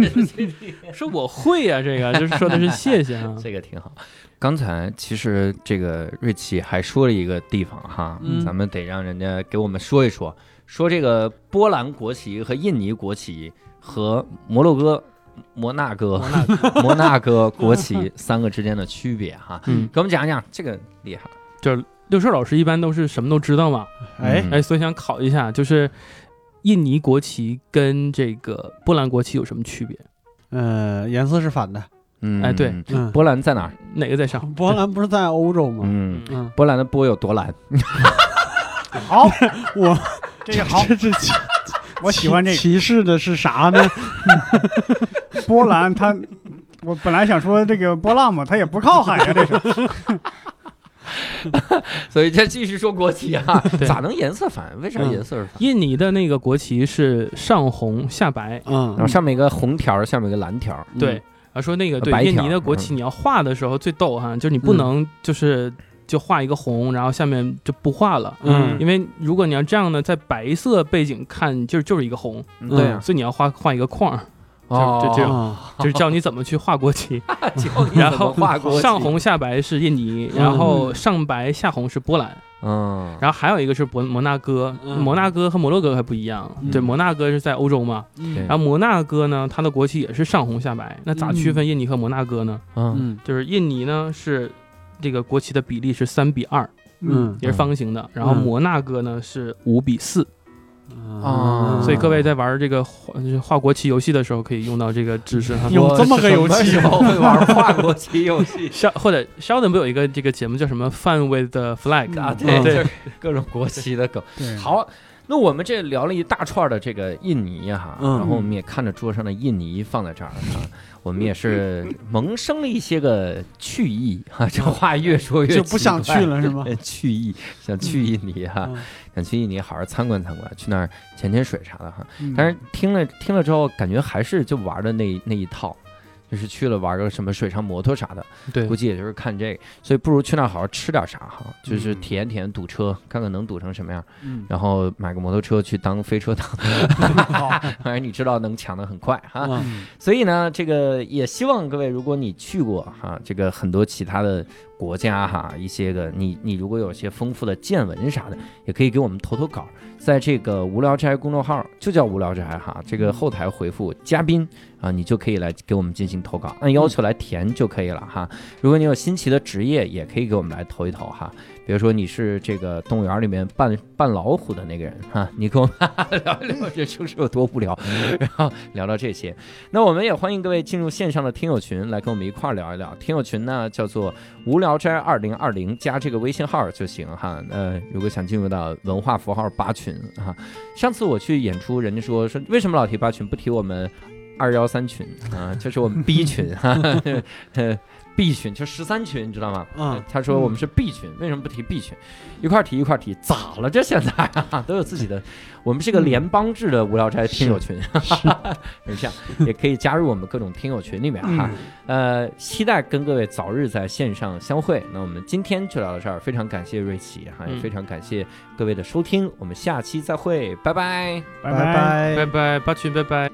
说我会呀、这个就是说的是谢谢啊 这个挺好。刚才其实这个瑞奇还说了一个地方哈，嗯咱们得让人家给我们说一说，说这个波兰国旗和印尼国旗和摩洛哥、摩纳哥、我那摩纳哥国旗三个之间的区别哈，嗯，给我们讲讲这个厉害。六兽老师一般都是什么都知道嘛，哎嗯哎，所以想考一下，就是印尼国旗跟这个波兰国旗有什么区别？呃，颜色是反的，嗯哎对，嗯，波兰在哪儿？哪个在上？波兰不是在欧洲吗？嗯，嗯，波兰的波有多蓝？ 好，我这个好，这 这这我喜欢这个歧视的是啥呢？波兰，它我本来想说这个波浪嘛，它也不靠海啊，这是所以这继续说国旗啊， 对咋能颜色反？为啥嗯颜色是反？印尼的那个国旗是上红下白，然后 嗯，上面一个红条，下面一个蓝条。对，啊，说那个对嗯白印条尼的国旗，你要画的时候最逗哈，就是你不嗯能就是就画一个红，然后下面就不画了，嗯因为如果你要这样呢，在白色背景看就是就是一个红，嗯对啊所以你要画画一个框儿，哦，嗯就就这样啊，就是教你怎么去画国 旗。 教你然怎么后画国旗上，红下白是印尼，嗯然后上白下红是波兰，嗯，然后还有一个是摩摩纳哥，嗯摩纳哥和摩洛哥还不一样，嗯对，摩纳哥是在欧洲嘛，对然后摩纳哥呢，它的国旗也是上红下白，那咋嗯区分印尼和摩纳哥呢？嗯嗯就是印尼呢是这个国旗的比例是三比二，嗯也是方形的，然后嗯摩纳哥呢是五比四，嗯啊所以各位在玩这个画就是画国旗游戏的时候可以用到这个知识哈。嗯有这么个游戏我什么时候会玩跨国旗游 戏肖或者 Sheldon 不有一个这个节目叫什么 “Fun with the Flag”？啊？对，嗯对 就是各种国旗的梗。对，好，那我们这聊了一大串的这个印尼哈，嗯然后我们也看着桌上的印尼放在这儿 哈，我们也是萌生了一些个去意哈，这话越说越嗯就不想奇怪去 了是吗？呃去意想去印尼哈， 嗯想去印尼好好参观参观，去那儿潜潜水啥的哈。嗯但是听了听了之后，感觉还是就玩的那那一套。就是去了玩个什么水上摩托啥的，对估，计也就是看这个，所以不如去那儿好好吃点啥哈，就是嗯体验体验堵车，看看能堵成什么样。嗯然后买个摩托车去当飞车党， 好反正你知道能抢得很快哈。嗯所以呢，这个也希望各位，如果你去过哈，这个很多其他的国家哈，一些个你你如果有些丰富的见闻啥的，也可以给我们投投稿，在这个无聊斋公众号就叫无聊斋哈，这个后台回复嘉宾啊，你就可以来给我们进行投稿，按要求来填就可以了哈。如果你有新奇的职业，也可以给我们来投一投哈。比如说你是这个动物园里面扮扮老虎的那个人哈，你跟我们 聊一聊这城市有多无聊，然后聊聊这些。那我们也欢迎各位进入线上的听友群，来跟我们一块儿聊一聊。听友群呢叫做“无聊斋二零二零”，加这个微信号就行哈。呃，如果想进入到文化符号八群啊，上次我去演出，人家说说为什么老提八群不提我们二幺三群啊？就是我们 B 群哈、 呃，B 群就十三群，你知道吗？啊呃他说我们是 B 群，为什么不提 B 群？一块儿提一块儿提，咋了？这现在啊， 都有自己的，我们是个联邦制的无聊斋听友群， 是这样，也可以加入我们各种听友群里面哈。呃，期待跟各位早日在线上相会。那我们今天就聊到这儿，非常感谢瑞奇哈，也嗯非常感谢各位的收听，我们下期再会，拜拜。拜拜拜拜，八群，拜拜。